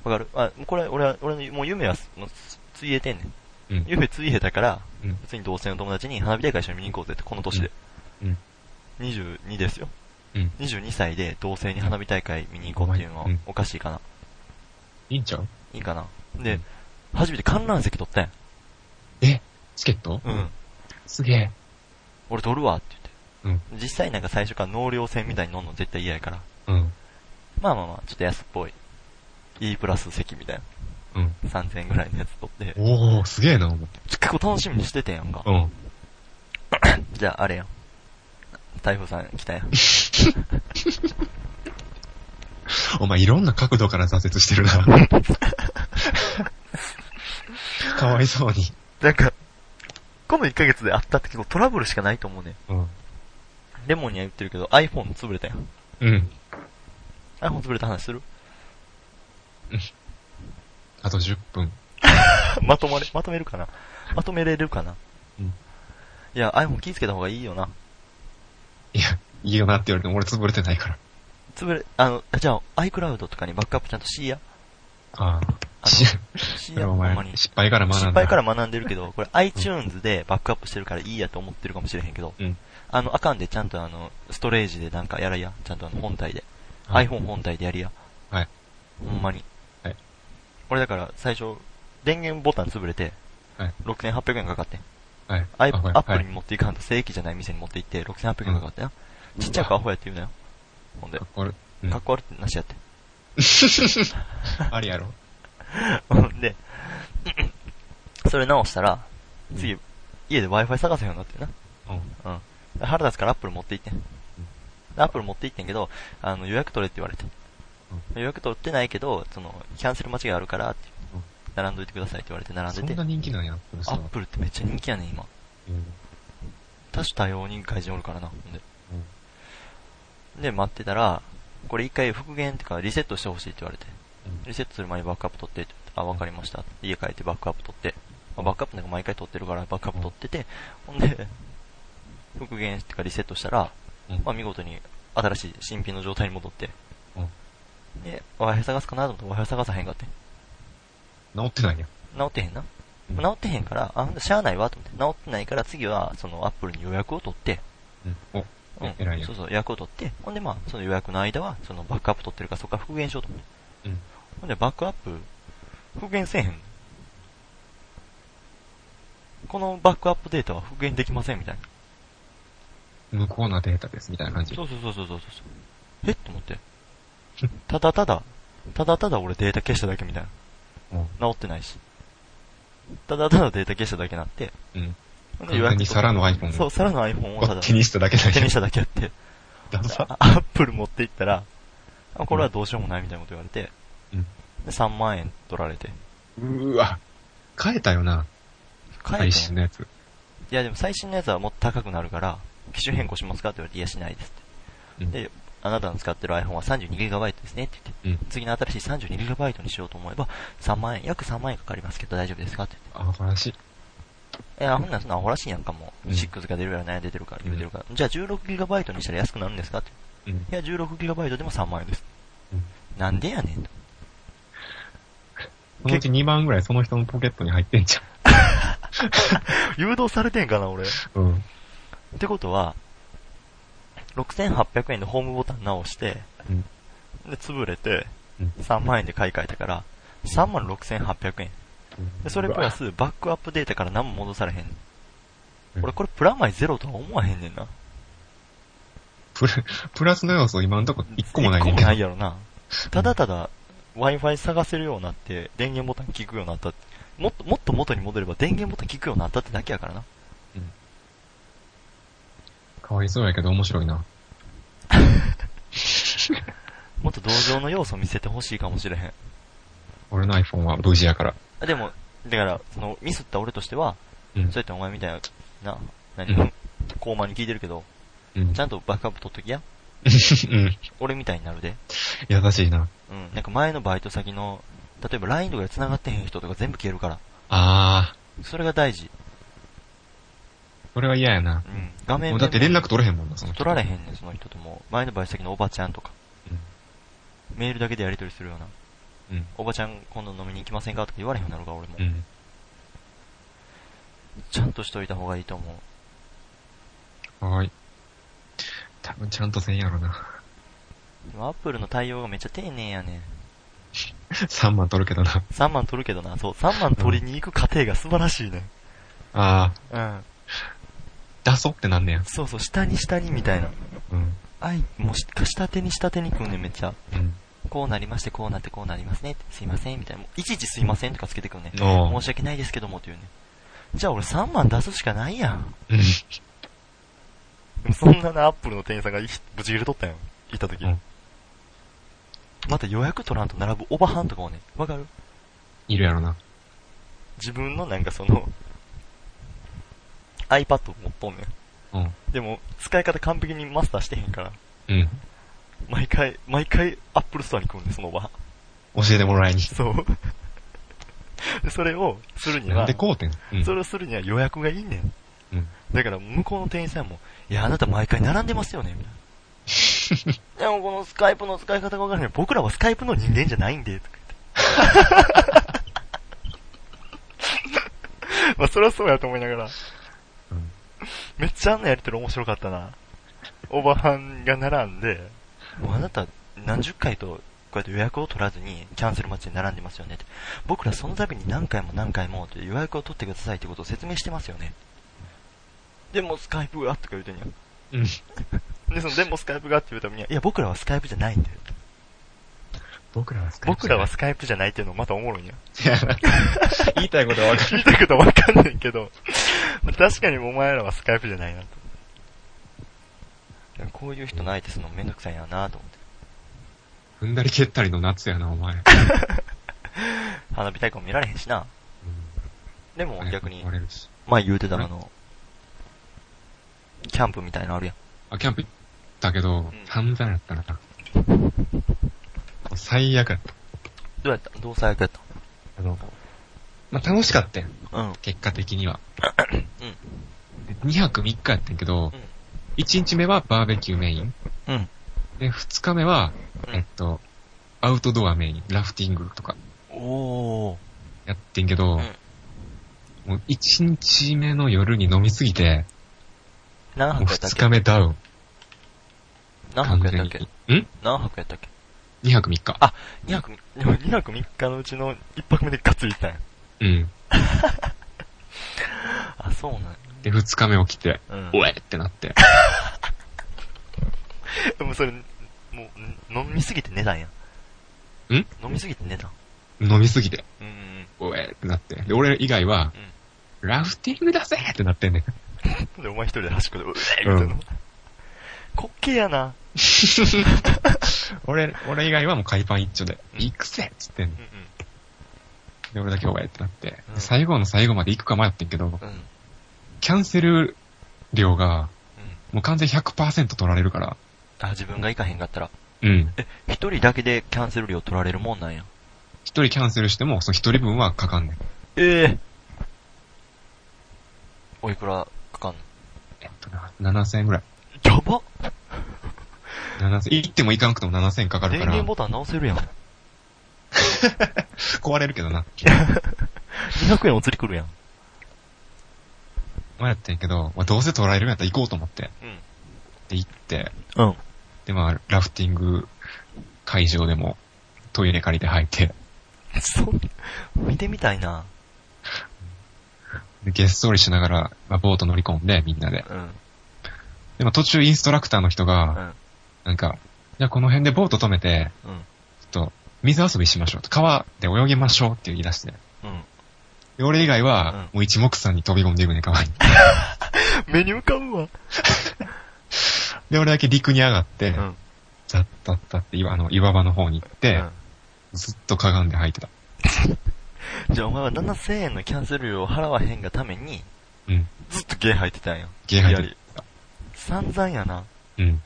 Speaker 2: わかるあ、これ、俺は、俺の、もう夢は、もうつ、ついえてんねん。
Speaker 1: うん。
Speaker 2: 夢ついえたから、
Speaker 1: うん
Speaker 2: 普通に同性の友達に花火大会一緒に見に行こうぜって、この年で。
Speaker 1: うん。
Speaker 2: 22ですよ。
Speaker 1: うん。
Speaker 2: 22歳で同性に花火大会見に行こうっていうのは
Speaker 1: うん
Speaker 2: おかしいかな。
Speaker 1: いいんちゃう
Speaker 2: いいかな。
Speaker 1: う
Speaker 2: で
Speaker 1: ん、
Speaker 2: 初めて観覧席取ったんや
Speaker 1: えチケット
Speaker 2: うん。。
Speaker 1: すげえ。
Speaker 2: 俺取るわって
Speaker 1: う
Speaker 2: 言っ
Speaker 1: ん
Speaker 2: て。実際なんか最初から納涼船みたいに乗んの絶対嫌やから。
Speaker 1: うん。
Speaker 2: まあまあまあ、ちょっと安っぽい。E プラス席みたい
Speaker 1: うん。
Speaker 2: な。3000円ぐらいのやつ取って。
Speaker 1: おー、すげえな、思って。
Speaker 2: 結構楽しみにしててんやんか。
Speaker 1: うん。
Speaker 2: じゃあ、あれやん。台風さん来たやん。
Speaker 1: お前いろんな角度から挫折してるな。 かわいそうに。
Speaker 2: なんか、この1ヶ月であったって結構トラブルしかないと思うねん。
Speaker 1: うん。
Speaker 2: レモンには言ってるけど iPhone 潰れたやん。
Speaker 1: うん。
Speaker 2: iPhone 潰れた話する
Speaker 1: あと10分。
Speaker 2: まとまれ、まとめるかなまとめれるかな
Speaker 1: うん
Speaker 2: いや、iPhone 気ぃつけた方がいいよな。
Speaker 1: いや、いいよなって言われても俺潰れてないから。
Speaker 2: 潰れ、あの、じゃあ iCloud とかにバックアップちゃんとしいや。
Speaker 1: あ
Speaker 2: あ
Speaker 1: あ。
Speaker 2: の
Speaker 1: し、
Speaker 2: しい
Speaker 1: それ
Speaker 2: や、
Speaker 1: お
Speaker 2: ほん
Speaker 1: 前
Speaker 2: まに。、失
Speaker 1: 失敗から学んだ。
Speaker 2: 敗から学んでるけど、これ iTunes でバックアップしてるからいいやと思ってるかもしれへんけど、
Speaker 1: うん
Speaker 2: あの、あかんでちゃんとあの、ストレージでなんかやらや。ちゃんとあの、本体で。
Speaker 1: はい
Speaker 2: iPhone 本体でやりや。
Speaker 1: はい。
Speaker 2: ほんまに。
Speaker 1: はい。
Speaker 2: 俺だから、最初、電源ボタン潰れて、
Speaker 1: はい
Speaker 2: 6800円かかってん。
Speaker 1: はい。
Speaker 2: アイ
Speaker 1: あ
Speaker 2: ア
Speaker 1: ごめん
Speaker 2: ップル
Speaker 1: は
Speaker 2: に
Speaker 1: い
Speaker 2: 持っていかんと正規じゃない店に持って行って、6800円かかったよ。ちっちゃくアホやって言うなよ。ほんで
Speaker 1: かっ、こ悪い。うん
Speaker 2: かっこ悪いってなしやって。
Speaker 1: ありやろ。
Speaker 2: ほんで、 それ直したら、次、家で Wi-Fi 探せへんようになって
Speaker 1: うん。
Speaker 2: な。うん。腹立つからアップル持って行ってん。アップル持って行ってんけど、あの、予約取れって言われて。予約取ってないけど、その、キャンセル待ちがあるからって
Speaker 1: うん、
Speaker 2: 並んどいてくださいって言われて並
Speaker 1: そ
Speaker 2: んで
Speaker 1: ん
Speaker 2: て
Speaker 1: な、人気なんや。
Speaker 2: アップルってめっちゃ人気やねん、今。
Speaker 1: ル。うん
Speaker 2: 多種多様に外人おるからな、ほんで。
Speaker 1: うん
Speaker 2: で、待ってたら、これ一回復元ってかリセットしてほしいって言われて。
Speaker 1: うん
Speaker 2: リセットする前にバックアップ取ってって言ってあ、わかりました。家帰ってバックアップ取って。まあバックアップなんか毎回取ってるからバックアップ取ってて、ほんで、復元ってかリセットしたら、
Speaker 1: うん
Speaker 2: まあ見事に新しい新品の状態に戻って。
Speaker 1: うん
Speaker 2: で、Wi-Fi 探すかなと思って Wi-Fi 探さへんかって。
Speaker 1: 治ってないや。
Speaker 2: 治ってへんな。
Speaker 1: うん
Speaker 2: 治ってへんから、あ、しゃあないわと思って。治ってないから次は、そのアップルに予約を取って、
Speaker 1: うん。
Speaker 2: う
Speaker 1: お、
Speaker 2: ん
Speaker 1: え偉いや
Speaker 2: そう。そう、予約を取って、ほんでまあ、その予約の間は、そのバックアップ取ってるから、そこから復元しようと思って。
Speaker 1: うん。
Speaker 2: ほんで、バックアップ、復元せえへん。このバックアップデータは復元できません、みたいな。
Speaker 1: 無効なデータです、みたいな感じ。
Speaker 2: そうそうそうそうそうそう。えっと思って。ただただ、ただただ俺データ消しただけみたいな。
Speaker 1: うん。
Speaker 2: 治ってないし。ただただデータ消しただけなって。
Speaker 1: うん。
Speaker 2: ほんで
Speaker 1: 完全に皿の iPhone
Speaker 2: そう、さらの iPhone をただ
Speaker 1: を手にしただけだ
Speaker 2: 手
Speaker 1: よ
Speaker 2: にし。ただけやって。
Speaker 1: ダサ。
Speaker 2: あアップル持って行ったら、あこれはどうしようもないみたいなこと言われて、
Speaker 1: うん
Speaker 2: で3万円取られて、
Speaker 1: うーわ。変えたよな、
Speaker 2: 帰
Speaker 1: 最
Speaker 2: っ
Speaker 1: 新
Speaker 2: て、
Speaker 1: のやつ。
Speaker 2: いやでも最新のやつはもっと高くなるから、機種変更しますかって言われて、いやしないです
Speaker 1: う
Speaker 2: っ
Speaker 1: ん
Speaker 2: て。で、あなたの使ってる iPhone は 32GB ですねって言って、
Speaker 1: うん。
Speaker 2: 次の新しい 32GB にしようと思えば、3万円、約3万円かかりますけど大丈夫ですかって言って
Speaker 1: あ、ほらしい。、
Speaker 2: えあほんならそんなアホらしいやんかもう、
Speaker 1: うん
Speaker 2: 6が出るやら何や出てるから、言うてるから、じゃあ 16GB にしたら安くなるんですかって
Speaker 1: うん。
Speaker 2: いや、16GB でも3万円です。
Speaker 1: うん
Speaker 2: なんでやねんと。
Speaker 1: そのうち2万ぐらいその人のポケットに入ってんじ
Speaker 2: 誘導されてんかな、俺。
Speaker 1: ゃん。うん。
Speaker 2: ってことは、6800円でホームボタン直して、
Speaker 1: うん
Speaker 2: で、潰れて、
Speaker 1: うん
Speaker 2: 3万円で買い替えたから、3万6800円。で、それプラス、バックアップデータから何も戻されへん。
Speaker 1: うん
Speaker 2: 俺これプラマイゼロとは思わへんねんな。
Speaker 1: プラ、プラスの要素今んとこ1個もない
Speaker 2: 一
Speaker 1: ねん
Speaker 2: 個
Speaker 1: け
Speaker 2: も
Speaker 1: ど
Speaker 2: な。いやろな。ただただ、Wi-Fi 探せるようになって、電源ボタン効くようになったって。もっと、もっと元に戻れば電源ボタン効くようになったってだけやからな。
Speaker 1: かわいそうやけど面白いな。
Speaker 2: もっと同情の要素見せてほしいかもしれへん。
Speaker 1: 俺の iPhone は無事やから。
Speaker 2: あでも、だから、その、ミスった俺としては、
Speaker 1: うん
Speaker 2: そうやってお前みたいな、な、
Speaker 1: う
Speaker 2: 何
Speaker 1: ん、
Speaker 2: 高慢に聞いてるけど、
Speaker 1: うん
Speaker 2: ち。ゃんとバックアップ取っときや。
Speaker 1: うん。
Speaker 2: 俺みたいになるで。
Speaker 1: 優しいな。
Speaker 2: うん。なんか前のバイト先の、例えば LINE とかで繋がってへん人とか全部消えるから。
Speaker 1: あ
Speaker 2: それが大事。
Speaker 1: ー、それは嫌やな。
Speaker 2: うん。画面
Speaker 1: も
Speaker 2: で
Speaker 1: うだって連絡取れへんもんな、その人
Speaker 2: 取られへんねん、その人とも。前のバイト先のおばちゃんとか。メールだけでやり取りするような。
Speaker 1: うん。
Speaker 2: おばちゃん今度飲みに行きませんかとか言われへんようになるから、俺も。
Speaker 1: うん。
Speaker 2: ちゃんとしといた方がいいと思う。
Speaker 1: はーい。多分ちゃんとせんやろな。
Speaker 2: でもアップルの対応がめっちゃ丁寧やねん。
Speaker 1: 3万取るけどな。
Speaker 2: 3万取るけどな、そう、3万取りに行く過程が素晴らしいねん。
Speaker 1: あ
Speaker 2: うん。
Speaker 1: ー、出そうってなんねや。
Speaker 2: そうそう、下に下にみたいな。
Speaker 1: うん。
Speaker 2: あい、もうし下手に下手に来んねん、めっちゃ。
Speaker 1: うん。
Speaker 2: こうなりまして、こうなって、こうなりますね。すいません、みたいな。もういちいちすいませんとかつけてくんねん。
Speaker 1: お
Speaker 2: 申
Speaker 1: ー
Speaker 2: し訳ないですけども、っていうね。じゃあ俺3万出すしかないやん。
Speaker 1: うん。
Speaker 2: でもそんなな、アップルの店員さんがいぶち切れとったやん。行った時。
Speaker 1: うん
Speaker 2: また予約取らんと並ぶおばはんとかもね、わかる
Speaker 1: いるやろな。
Speaker 2: 自分のなんかその、iPad を持っとんね
Speaker 1: うん。
Speaker 2: ん。でも、使い方完璧にマスターしてへんから、
Speaker 1: うん。
Speaker 2: 毎回、毎回 Apple Store に来るんねん、そのおばはん。
Speaker 1: 教えてもらいに。
Speaker 2: そう。でそれをするに
Speaker 1: なん
Speaker 2: は
Speaker 1: で、こうてん。うん。
Speaker 2: それをするには予約がいいねん。
Speaker 1: うん。
Speaker 2: だから向こうの店員さんも、いや、あなた毎回並んでますよね、みたいな。でもこのスカイプの使い方がわからない。僕らはスカイプの人間じゃないんで、とか 言って。まあそりゃそうやと思いながら、
Speaker 1: うん。
Speaker 2: めっちゃあんなやりとり面白かったな。おばはんが並んで、もうあなた何十回とこうやって予約を取らずにキャンセル待ちに並んでますよねって。僕らその度に何回も何回もって予約を取ってくださいってことを説明してますよね。でもスカイプがとか言う てんや。
Speaker 1: うん。
Speaker 2: で、そのでもスカイプがって言うために、いや僕らはスカイプじゃないんだよ。
Speaker 1: 僕らはスカイプ
Speaker 2: 僕
Speaker 1: じゃ
Speaker 2: ら
Speaker 1: ない
Speaker 2: はスカイプじゃないっていうのまたおもろいんや。
Speaker 1: 言いたいことはわかる。
Speaker 2: 聞いたことわかんないけど、 確かにお前らはスカイプじゃないなと。こういう人ないですのめんどくさいななと思って。
Speaker 1: 踏んだり蹴ったりの夏やな、お前。うん
Speaker 2: 花火大会も見られへんしな。でも逆に
Speaker 1: 追わ、れるし
Speaker 2: 前言うてたあの、キャンプみたいのあるやん。
Speaker 1: あ、キャンプ行ったけど
Speaker 2: ん、
Speaker 1: 散々やったな。最悪やった。
Speaker 2: どうやったどう最悪やっ
Speaker 1: あの、まあ、楽しかったよ。
Speaker 2: たうん。
Speaker 1: 結果的には。2泊3日やったんけど、1日目はバーベキューメイン。
Speaker 2: うん。うん。
Speaker 1: で、2日目は、
Speaker 2: うん
Speaker 1: えっと、アウトドアメイン、ラフティングとか
Speaker 2: おー。
Speaker 1: やってんけど、もう1日目の夜に飲みすぎて、
Speaker 2: 何
Speaker 1: もう
Speaker 2: 泊やったっ
Speaker 1: 2
Speaker 2: け
Speaker 1: 日目ダウン。
Speaker 2: 何泊やったっけ
Speaker 1: けん
Speaker 2: 何泊やったっけ
Speaker 1: ?2 泊3日。
Speaker 2: あ2泊、でも2泊3日のうちの1泊目でガッツリ行ったんや。
Speaker 1: うん。
Speaker 2: あ、そうなんや。
Speaker 1: で、2日目起きて、
Speaker 2: うん。
Speaker 1: おえってなって。
Speaker 2: でもそれ、もう、ん飲みすぎて寝たんや。
Speaker 1: ん
Speaker 2: 飲みすぎて寝たん。
Speaker 1: 飲みすぎて、
Speaker 2: うんうん
Speaker 1: おえってなって。で、俺以外は、ラフティングだぜってなってんねん。
Speaker 2: うん。で、お前一人で端っこで、うえーみたいな。
Speaker 1: うん
Speaker 2: 滑稽やな。
Speaker 1: 俺、俺以外はもう海パン一丁で、行くぜっつってんの
Speaker 2: うんう
Speaker 1: で、俺だけおえってなって、で
Speaker 2: うん
Speaker 1: 最後の最後まで行くか迷ってんけど、
Speaker 2: ん。うん。
Speaker 1: キャンセル料が、もう完全100%取られるから、
Speaker 2: あ、自分が行かへんかったら。
Speaker 1: うん。
Speaker 2: え、一人だけでキャンセル料取られるもんなんや。
Speaker 1: 一人キャンセルしても、その一人分はかかんねん。
Speaker 2: ええおいくらかかんの
Speaker 1: えっとな、7000円ぐらい。
Speaker 2: やば
Speaker 1: 7000、行っても行かなくても7000円かかる
Speaker 2: 電
Speaker 1: から
Speaker 2: 源、ボタン直せるやん。
Speaker 1: 壊れるけどな。
Speaker 2: 200円お釣りくるやん。
Speaker 1: 迷ってんけど、まあ、どうせ取られるんやったら行こうと思って、
Speaker 2: うん。
Speaker 1: で、行って、
Speaker 2: うん。
Speaker 1: で、まあ、ラフティング会場でも、トイレ借りて入って、
Speaker 2: そう、見てみたいな。
Speaker 1: で、げっそりしながら、まあ、ボート乗り込んで、みんなで。
Speaker 2: うん。
Speaker 1: でも途中インストラクターの人
Speaker 2: う
Speaker 1: が、
Speaker 2: ん。
Speaker 1: なんか、じゃあこの辺でボート止めて、
Speaker 2: うん。
Speaker 1: ちょっと、水遊びしましょうと。川で泳ぎましょうって言い出して。
Speaker 2: うん。
Speaker 1: で俺以外
Speaker 2: うん
Speaker 1: は、もう一目散に飛び込んでいくね、川に。
Speaker 2: 目に浮かぶわ。
Speaker 1: で、俺だけ陸に上がって、
Speaker 2: うん。
Speaker 1: ザッタッタって岩、あの、岩場の方に行って、ずっとかがんで吐いてた。
Speaker 2: じゃあお前は7000円のキャンセル料を払わへんがために、
Speaker 1: うん。
Speaker 2: ずっとゲー入ってたんや。
Speaker 1: ゲー吐いて
Speaker 2: 散々やな。
Speaker 1: た。うん。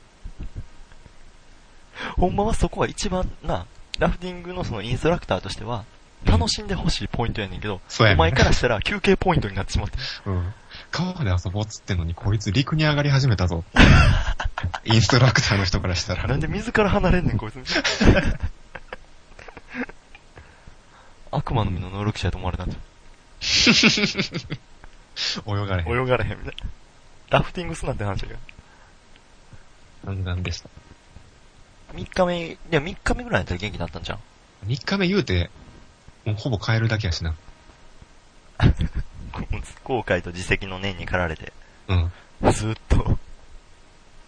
Speaker 2: ほんまはそこは一番な、ラフティングのそのインストラクターとしては、楽しんでほしいポイントやねんけど、
Speaker 1: そうや
Speaker 2: お前
Speaker 1: ね。
Speaker 2: からしたら休憩ポイントになってしまって。
Speaker 1: うん。川で遊ぼうっつってんのに、こいつ陸に上がり始めた ぞ。インストラクターの人からしたら。
Speaker 2: なんで水から離れんねん、こいつ。悪魔の実の能力者やと思われたんですよ。
Speaker 1: 泳がれへん。
Speaker 2: 泳がれへんみたいな。ラフティングすなんて話だけど。
Speaker 1: 弾丸でした。
Speaker 2: 3日目、いや3日目ぐらいやったら元気になったんじゃん。
Speaker 1: 3日目言うて、もうほぼ帰るだけやしな。
Speaker 2: 後悔と自責の念に駆られて、
Speaker 1: うん。
Speaker 2: ずっと。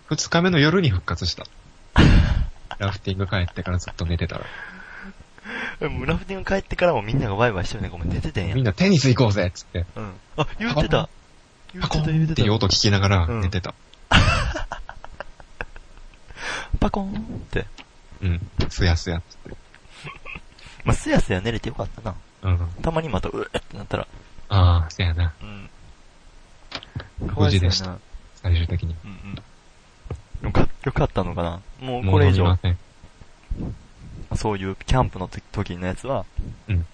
Speaker 1: 2日目の夜に復活 した。ラフティング帰ってからずっと寝てたら。
Speaker 2: もうラフティング帰ってからもみんながワイワイしてるね。ごめん、出ててんや。
Speaker 1: みんなテニス行こうぜっつって、
Speaker 2: うん。あ、言ってた。言
Speaker 1: パ
Speaker 2: っ
Speaker 1: コ
Speaker 2: てた、
Speaker 1: ー
Speaker 2: 言
Speaker 1: ン
Speaker 2: っ
Speaker 1: ってていう
Speaker 2: た。
Speaker 1: 音聞きながら
Speaker 2: うん
Speaker 1: 寝てた。
Speaker 2: パコーンって。
Speaker 1: うん。すやすやっつって。
Speaker 2: まあ、すやすや寝れてよかったな。
Speaker 1: うん。
Speaker 2: たまにまた、うえってなったら。
Speaker 1: ああ、せやな。
Speaker 2: うん。
Speaker 1: 無事でし
Speaker 2: か
Speaker 1: た
Speaker 2: わい
Speaker 1: 最終的に。
Speaker 2: そうやな。うんうん。よか、よかったのかな。もう
Speaker 1: も
Speaker 2: こ
Speaker 1: う
Speaker 2: れ以
Speaker 1: 飲み
Speaker 2: 上
Speaker 1: ま、せん。
Speaker 2: そういうキャンプの時時のやつは、
Speaker 1: うん。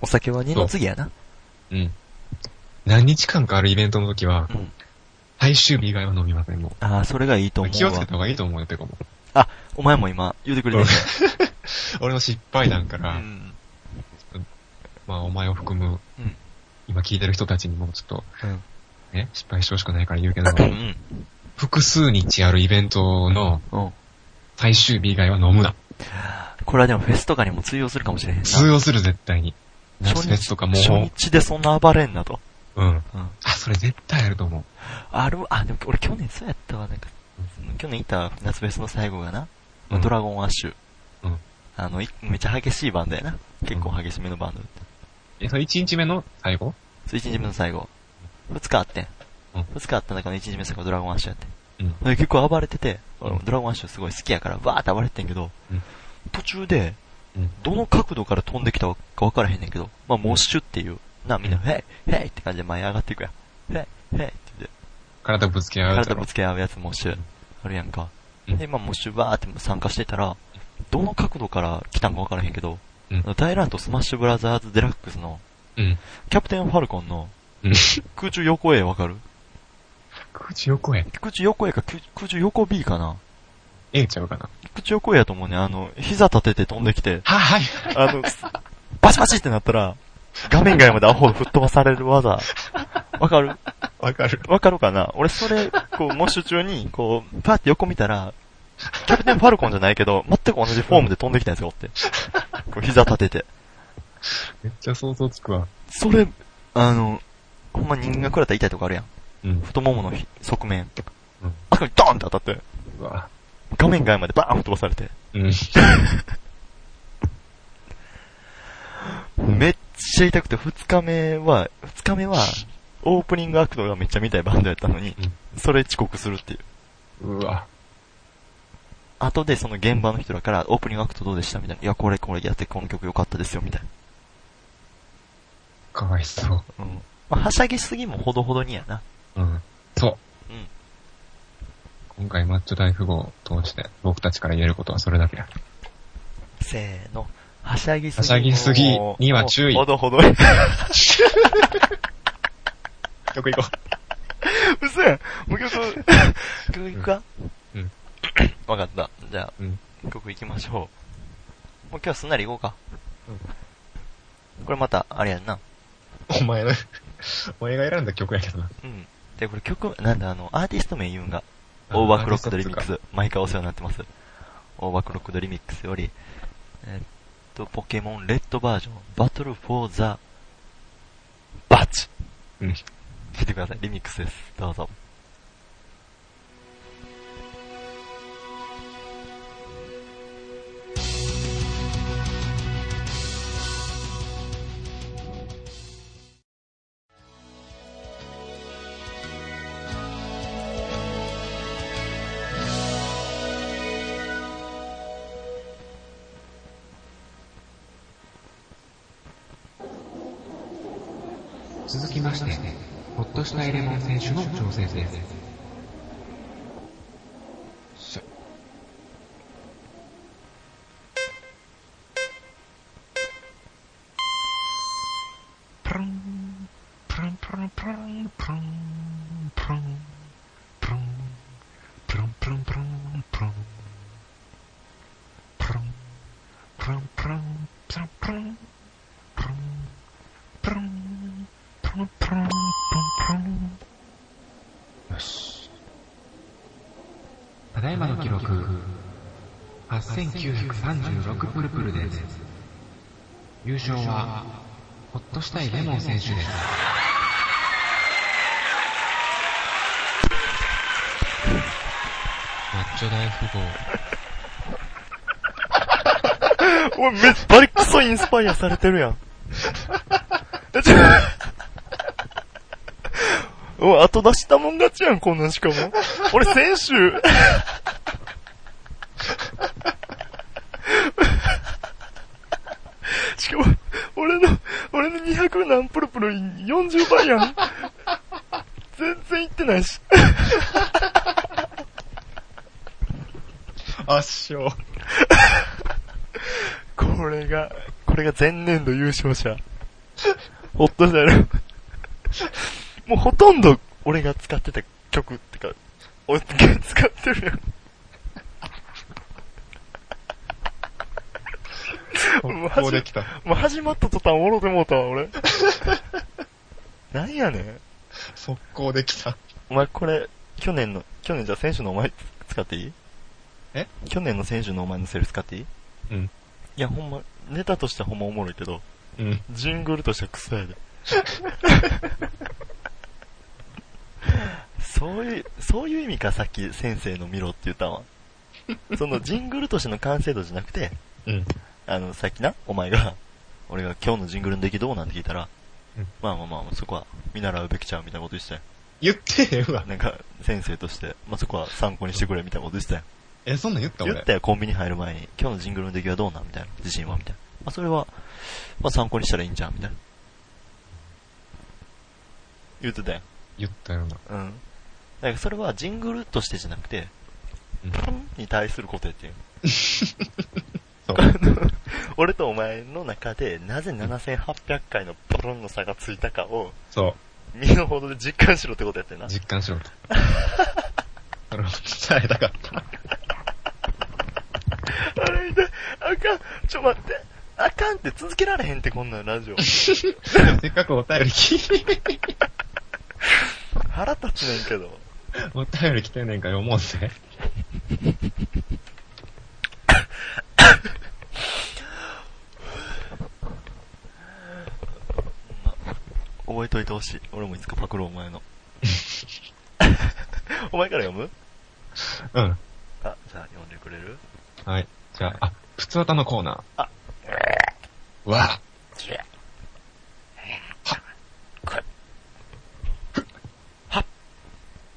Speaker 2: お酒は二の次やな。
Speaker 1: うん。何日間かあるイベントの時は、
Speaker 2: うん。
Speaker 1: 最終日以外は飲みません、も
Speaker 2: ああ、それがいいと
Speaker 1: う。
Speaker 2: 思
Speaker 1: 気
Speaker 2: う
Speaker 1: をつけ
Speaker 2: わ。
Speaker 1: た方がいいと思うよ、ペコも。
Speaker 2: お前も今、言うてくれて
Speaker 1: 俺の失敗談か
Speaker 2: た。う
Speaker 1: ら、
Speaker 2: ん。
Speaker 1: まあお前を含む
Speaker 2: うん、
Speaker 1: 今聞いてる人たちにもちょっと、
Speaker 2: うん。
Speaker 1: ね、失敗してほしくないから言うけど、
Speaker 2: うん。
Speaker 1: 複数日あるイベントの
Speaker 2: うん。
Speaker 1: 最終日以外は飲むな。
Speaker 2: これはでもフェスとかにも通用するかもしれへんな。
Speaker 1: 通用する、絶対に。
Speaker 2: 初
Speaker 1: 夏
Speaker 2: 日
Speaker 1: フェスとかも
Speaker 2: 初日でそんな暴れんなと。
Speaker 1: う、うん。
Speaker 2: うん。
Speaker 1: あ、それ絶対あると思う。
Speaker 2: ある、あ、でも俺去年そうやったわ、なんか。去年いた夏フェスの最後がな、
Speaker 1: うん
Speaker 2: ドラゴンアッシュ。
Speaker 1: うん
Speaker 2: あの、いめっちゃ激しいバンドやな。結構激しめのバンドだった。
Speaker 1: え、それ1日目の最後
Speaker 2: それ1日目の最後。2日あってん。
Speaker 1: うん
Speaker 2: 2日あった中の1日目の最後ドラゴンアッシュやってん。
Speaker 1: うん。
Speaker 2: で結構暴れてて、俺も
Speaker 1: うん
Speaker 2: ドラゴンアッシュすごい好きやから、バーって暴れてんけど、
Speaker 1: うん
Speaker 2: 途中で、
Speaker 1: うん。
Speaker 2: どの角度から飛んできたか分からへんねんけど、まあ、モッシュっていう、な、みんな、
Speaker 1: うん
Speaker 2: ヘイヘイって感じで前上がっていくやん。ヘイヘイって言って、
Speaker 1: 体ぶつけ合う
Speaker 2: 体
Speaker 1: と
Speaker 2: ぶつけ合うやつモッシュあるやんか。
Speaker 1: うん
Speaker 2: で、まあ、モッシュバーって参加してたら、どの角度から来たんか分からへんけど、
Speaker 1: うん
Speaker 2: あの大乱闘スマッシュブラザーズデラックスの、
Speaker 1: うん。
Speaker 2: キャプテンファルコンの
Speaker 1: うん。
Speaker 2: 空中横 A 分かる
Speaker 1: 口を越え。
Speaker 2: 空中横 A か空空中横 B かな
Speaker 1: A ちゃうかな。
Speaker 2: 空中横 A やと思うね。あの、膝立てて飛んできて、
Speaker 1: は、はい。
Speaker 2: あの、 バシバシってなったら、画面外までアホが吹っ飛ばされる技。わかる
Speaker 1: わかる。
Speaker 2: わかるかな俺それ、こう、モッシュ中に、こう、パーって横見たら、キャプテンファルコンじゃないけど、全く同じフォームで飛んできたやつがおって。こう、膝立てて。
Speaker 1: めっちゃ想像つくわ。
Speaker 2: それ、あの、ほんま人間が食らったら痛いとこあるやん。
Speaker 1: うん。
Speaker 2: 太もものひ側面。
Speaker 1: うん
Speaker 2: あそこにドーンって当たって、
Speaker 1: うわ。
Speaker 2: 画面外までバーン吹っ飛ばされて。
Speaker 1: うん。
Speaker 2: めっちゃ痛くて、二日目は、二日目は、オープニングアクトがめっちゃ見たいバンドやったのに
Speaker 1: うん、
Speaker 2: それ遅刻するっていう。
Speaker 1: うわ。
Speaker 2: 後でその現場の人らから、オープニングアクトどうでしたみたいな。いや、これこれやって、この曲良かったですよ、みたい
Speaker 1: かわいそう。
Speaker 2: な。うん。まあ、はしゃぎすぎもほどほどにやな。
Speaker 1: うん。そう。
Speaker 2: うん。
Speaker 1: 今回マッチョ大富豪を通して僕たちから言えることはそれだけや。
Speaker 2: せーの。はしゃぎすぎ。
Speaker 1: はしゃぎすぎには注意
Speaker 2: ほどほどに。
Speaker 1: 曲行こ
Speaker 2: 嘘やん。もう曲、 曲行くか
Speaker 1: うん。
Speaker 2: わかった。じゃあ、
Speaker 1: うん
Speaker 2: 曲行きましょう。もう今日はすんなり行こうか。
Speaker 1: うん
Speaker 2: これまた、あれやんな。
Speaker 1: う。 お前の、お前が選んだ曲やけどな。
Speaker 2: うん。で、これ曲、なんだ、あの、アーティスト名言うんが、
Speaker 1: あ
Speaker 2: オーバークロックドリミック
Speaker 1: アーティスト
Speaker 2: ス、毎回お世話になってます。オーバークロックドリミックスより、えっと、ポケモンレッドバージョン、バトルフォーザ、バチ
Speaker 1: うん。
Speaker 2: 聞いてください、リミックスです。どうぞ。
Speaker 3: 続きまして、ホッとしたイレモン選手の挑戦です。
Speaker 1: プルン、プルンプルンプルン、プルン、プルン、プルン、プルンプルンプルン、プルン、プルン、プルンプルン、プルンプルン、プルン、プルンプルン、プルンプルン。よし。
Speaker 3: ただいまの記録、8936プルプルです。優勝は、ほっとしたいレモン選手です。
Speaker 1: マッチョ大富豪。
Speaker 2: おい、めっバリクソインスパイアされてるや ん。え、ちょ、おい、後出したもん勝ちやん、こんなんしかも。俺、先週。しかも、俺の、俺の200何プルプル40倍やん。全然いってないし。
Speaker 1: 圧勝。
Speaker 2: これが、これが前年度優勝者。ほっとしたら、もうほとんど俺が使ってた曲ってか、俺が使ってるやん。マジ
Speaker 1: こうできた。
Speaker 2: もう始まった途端おろてもうたわ、俺。なんやねん。
Speaker 1: 速攻できた。
Speaker 2: お前これ、去年の、去年じゃあ選手のお前使っていい
Speaker 1: え
Speaker 2: 去年の選手のお前のセリフ使っていい
Speaker 1: うん。
Speaker 2: いやほんま、ネタとしてはほんまおもろいけど、
Speaker 1: うん。
Speaker 2: ジングルとしてはクソやで。 そういう、そういう意味か、さっき先生の見ろって言ったんは。そのジングルとしての完成度じゃなくて、
Speaker 1: うん。
Speaker 2: あの、さっきな、お前が、俺が今日のジングルの出来どうなんて聞いたら、
Speaker 1: うん
Speaker 2: まあまあまあ、そこは見習うべきちゃうみたいなこと言ってたよ。
Speaker 1: 言ってへんわ。
Speaker 2: なんか、先生として、まあそこは参考にしてくれみたいなこと言ってたよ。
Speaker 1: え、そんなん言った俺。
Speaker 2: 言ったよ、コンビニ入る前に、今日のジングルの出来はどうなんみたいな、自信はみたいな。まあそれは、まあ参考にしたらいいんじゃんみたいな。言ってたよ。
Speaker 1: 言ったよな。
Speaker 2: うん。だからそれはジングルとしてじゃなくて、
Speaker 1: うん
Speaker 2: パンに対することやっていう。
Speaker 1: そう。
Speaker 2: 俺とお前の中で、なぜ7800回のポロンの差がついたかを、
Speaker 1: そ
Speaker 2: 身の程で実感しろってことやってんな
Speaker 1: う。。実感 しろと。それを伝えたかった。
Speaker 2: あれ痛いあかん、ちょ待って。あかんって続けられへんってこんなんラジオ。
Speaker 1: せっかくお便り聞いて、
Speaker 2: 腹立つねんけど。
Speaker 1: お便り来てんねんから思うぜ。
Speaker 2: 覚えといてほしい。俺もいつかパクろう、お前 の。お前から読む
Speaker 1: うん。
Speaker 2: あ、じゃあ読んでくれる
Speaker 1: はい。じゃあ、あ、普通たのコーナー。
Speaker 2: あ、
Speaker 1: わ
Speaker 2: これ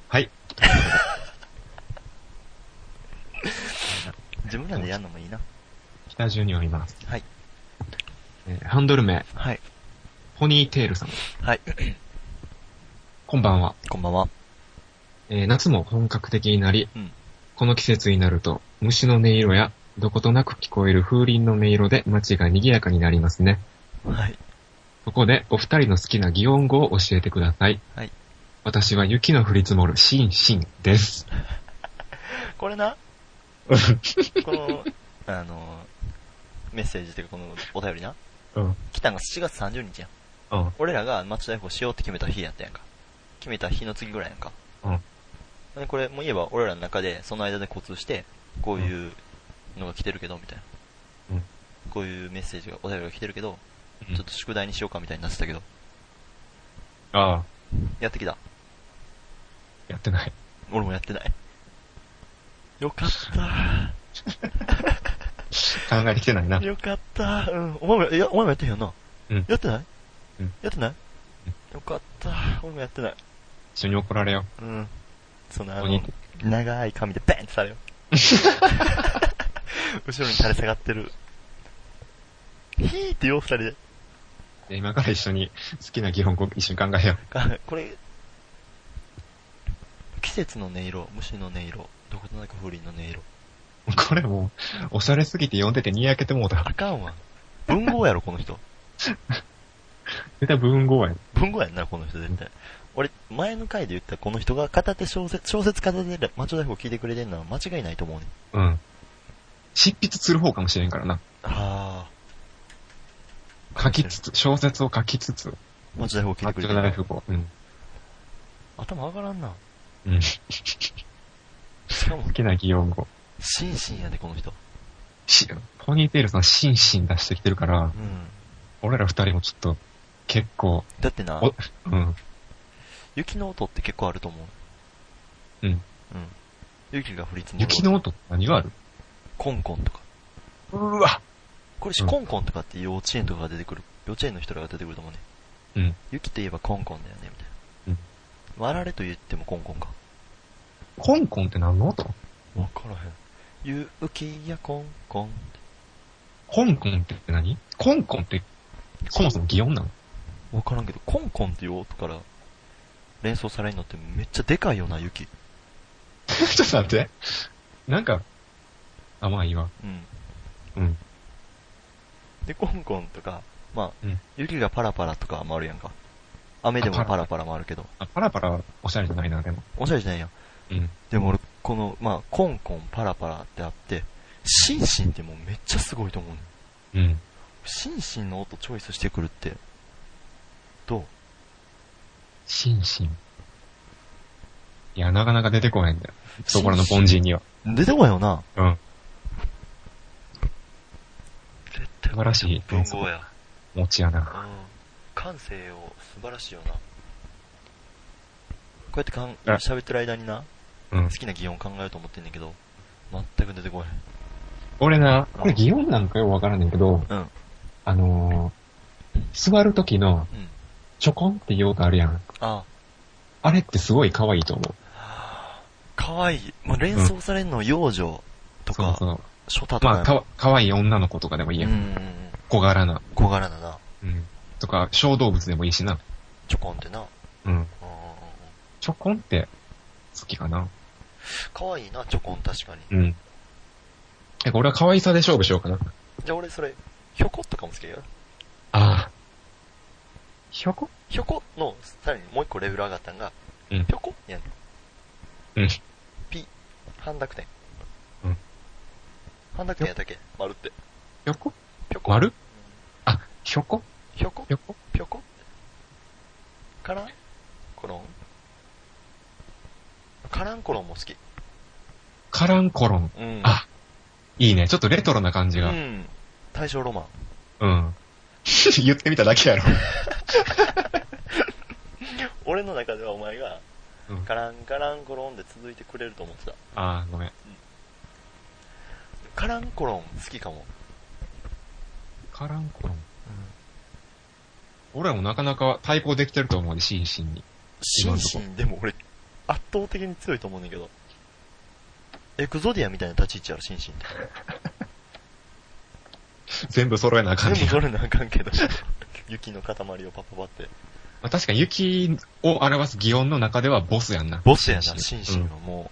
Speaker 1: はい。
Speaker 2: 自分らでやんのもいいな。
Speaker 1: 北中におります。
Speaker 2: はい。
Speaker 1: えーハンドル名、
Speaker 2: はい。
Speaker 1: ポニーテールさん。
Speaker 2: はい。
Speaker 1: こんばんは。
Speaker 2: こんばんは。
Speaker 1: えー夏も本格的になり、
Speaker 2: うん
Speaker 1: この季節になると虫の音色やどことなく聞こえる風鈴の音色で街が賑やかになりますね。
Speaker 2: はい。
Speaker 1: そこでお二人の好きな擬音語を教えてください。
Speaker 2: はい
Speaker 1: 私は雪の降り積もるシンシンです。
Speaker 2: これな、この、 あの、メッセージというかこのお便りな、
Speaker 1: うん。
Speaker 2: 来たのが7月30日やん。
Speaker 1: うん。
Speaker 2: 俺らが町大砲しようって決めた日やったやんか。決めた日の次ぐらいやんか。
Speaker 1: うん。
Speaker 2: でこれもう言えば俺らの中で、その間で交通して、こういうのが来てるけど、みたい
Speaker 1: う
Speaker 2: な。
Speaker 1: ん
Speaker 2: こういうメッセージが、お便りが来てるけど、
Speaker 1: うん
Speaker 2: ちょっと宿題にしようかみたいになってたけど、
Speaker 1: ああ、
Speaker 2: やってきた。
Speaker 1: やってない。
Speaker 2: 俺もやってない。よかった。
Speaker 1: 考えてきてないな。
Speaker 2: よかった。うん。お前もや、いやお前もやってへんよな。
Speaker 1: うん
Speaker 2: やってない
Speaker 1: うん
Speaker 2: やってないよかった。俺もやってない。
Speaker 1: 一緒に怒られよ。
Speaker 2: うん。そのあの
Speaker 1: 鬼、
Speaker 2: 長い髪でペンってされよ。 後ろに垂れ下がってる。ヒーってよ、二人で。
Speaker 1: で今から一緒に好きな擬音語一緒に考えよう。
Speaker 2: あこれ、季節の音色、虫の音色、どことなく風鈴の音色。
Speaker 1: これもう、おしゃれすぎて読んでてにやけてもうた
Speaker 2: あ。かんわ。文豪やろ、この人。
Speaker 1: 絶対文豪やん。
Speaker 2: 文豪やんな、この人絶対。俺、前の回で言ったこの人が片手小説、小説片手でマチョ大砲聞いてくれてんのは間違いないと思うね。
Speaker 1: うん。執筆する方かもしれんからな。
Speaker 2: あ
Speaker 1: 書きつつ、小説を書きつつ、
Speaker 2: マッチ大砲聞い
Speaker 1: マ
Speaker 2: て
Speaker 1: ッ
Speaker 2: く
Speaker 1: チ
Speaker 2: れ
Speaker 1: ョ
Speaker 2: て
Speaker 1: ナイ
Speaker 2: る。
Speaker 1: フも。うん。
Speaker 2: 頭上がらんな。
Speaker 1: うん。
Speaker 2: しかも
Speaker 1: 好、きな擬音語。
Speaker 2: シンシンやで、この人。
Speaker 1: し、ポニーテールさん、シンシン出してきてるから、
Speaker 2: うん。
Speaker 1: 俺ら二人もちょっと、結構、
Speaker 2: だってな、
Speaker 1: お、うん、
Speaker 2: 雪の音って結構あると思う。
Speaker 1: うん。
Speaker 2: うん。雪が降り積もる。
Speaker 1: 雪の音って何がある
Speaker 2: コンコンとか。
Speaker 1: うわ
Speaker 2: これし、
Speaker 1: うん
Speaker 2: コンコンとかって幼稚園とかが出てくる、幼稚園の人らが出てくると思うね。
Speaker 1: うん。
Speaker 2: 雪といえばコンコンだよね、みたい
Speaker 1: うん
Speaker 2: な。割られと言ってもコンコンか。
Speaker 1: コンコンって何の音
Speaker 2: わからへん。ゆうきやコンコン。
Speaker 1: コンコンって何コンコンって、そもそも擬音なの
Speaker 2: わからんけど、コンコンっていう音から連想されるのってめっちゃでかいよな、雪。
Speaker 1: ちょっと待って。なんか、あ、まあいいわ。
Speaker 2: うん。
Speaker 1: うん。
Speaker 2: で、コンコンとか、まあ、
Speaker 1: うん
Speaker 2: 雪がパラパラとかもあるやんか。雨でも
Speaker 1: あパ
Speaker 2: パ
Speaker 1: ラ
Speaker 2: ラパラもあるけど。
Speaker 1: あ、パラパラはおしゃれじゃないな、でも。
Speaker 2: おしゃれじゃないやん。
Speaker 1: うん。
Speaker 2: でも俺、この、まあ、コンコン、パラパラってあって、シンシンってもうめっちゃすごいと思うね
Speaker 1: う
Speaker 2: ん
Speaker 1: ん。
Speaker 2: シンシンの音チョイスしてくるって、どう
Speaker 1: シンシン。いや、なかなか出てこないんだよ。そこらの凡人には。
Speaker 2: 出てこないよな。
Speaker 1: うん。
Speaker 2: 絶対
Speaker 1: 素晴らしい
Speaker 2: 文豪や。
Speaker 1: 持ちやな。
Speaker 2: うん。感性を素晴らしいよな。こうやってかん
Speaker 1: あ
Speaker 2: 喋ってる間にな、
Speaker 1: うん
Speaker 2: 好。きな擬音考えようと思ってんねんけど、全く出てこない。
Speaker 1: 俺な、これ擬音なんかよくわからんねんけど、
Speaker 2: うん。
Speaker 1: あのー、座るときの
Speaker 2: うん。
Speaker 1: ちょこんって言う音あるやん。
Speaker 2: あ、
Speaker 1: あれってすごい可愛いと思う。
Speaker 2: かわいい。もう連想されるの、幼女と
Speaker 1: そう
Speaker 2: か
Speaker 1: そ、う。
Speaker 2: ショタとか
Speaker 1: まあ、
Speaker 2: や
Speaker 1: かわ、可愛い女の子とかでもいいや。
Speaker 2: うんんうんうん。
Speaker 1: 小柄な。
Speaker 2: 小柄だな。
Speaker 1: うん。とか、小動物でもいいしな。
Speaker 2: ちょこんってな。うん
Speaker 1: うん。
Speaker 2: うんうんうん。
Speaker 1: ちょこんって、好きかな。
Speaker 2: かわいいな、ちょこん確かに。
Speaker 1: うん。え、俺は可愛さで勝負しようかな。
Speaker 2: じゃあ俺それ、ひょこっとかも好きだよ。
Speaker 1: ああ。ひょこ
Speaker 2: ひょこの、さらにもう一個レベル上がったんが、
Speaker 1: うん
Speaker 2: ひょこやん。
Speaker 1: うん。
Speaker 2: ピ、半濁点。
Speaker 1: うん。
Speaker 2: 半濁点やったっけ丸って。
Speaker 1: ひょこ
Speaker 2: ひょこ。
Speaker 1: 丸あ、ひょこ
Speaker 2: ひょこ
Speaker 1: ひ、ょこ
Speaker 2: ひょこ。カランコロン。カランコロンも好き。
Speaker 1: カランコロン。
Speaker 2: うん
Speaker 1: あいいね。ちょっとレトロな感じ
Speaker 2: う
Speaker 1: が。
Speaker 2: ん。大正ロマン。
Speaker 1: うん。 言ってみただけやろ。
Speaker 2: 俺の中ではお前が、
Speaker 1: うん
Speaker 2: カランカランコロンで続いてくれると思ってた。
Speaker 1: ああ、ごめん。
Speaker 2: カランコロン好きかも。
Speaker 1: カランコロン。俺らもなかなか対抗できてると思うで、心身に。
Speaker 2: シンシンでも俺、圧倒的に強いと思うねんだけど。エクゾディアみたいな立ち位置やろ、シンシンって。
Speaker 1: 全部揃えなあかんね
Speaker 2: 全
Speaker 1: や
Speaker 2: 部それなあかんけど。雪の塊をパパパって。
Speaker 1: まあ、確かに雪を表す擬音の中ではボスやんな。
Speaker 2: ボスやな、シ
Speaker 1: 心身
Speaker 2: ンシンはも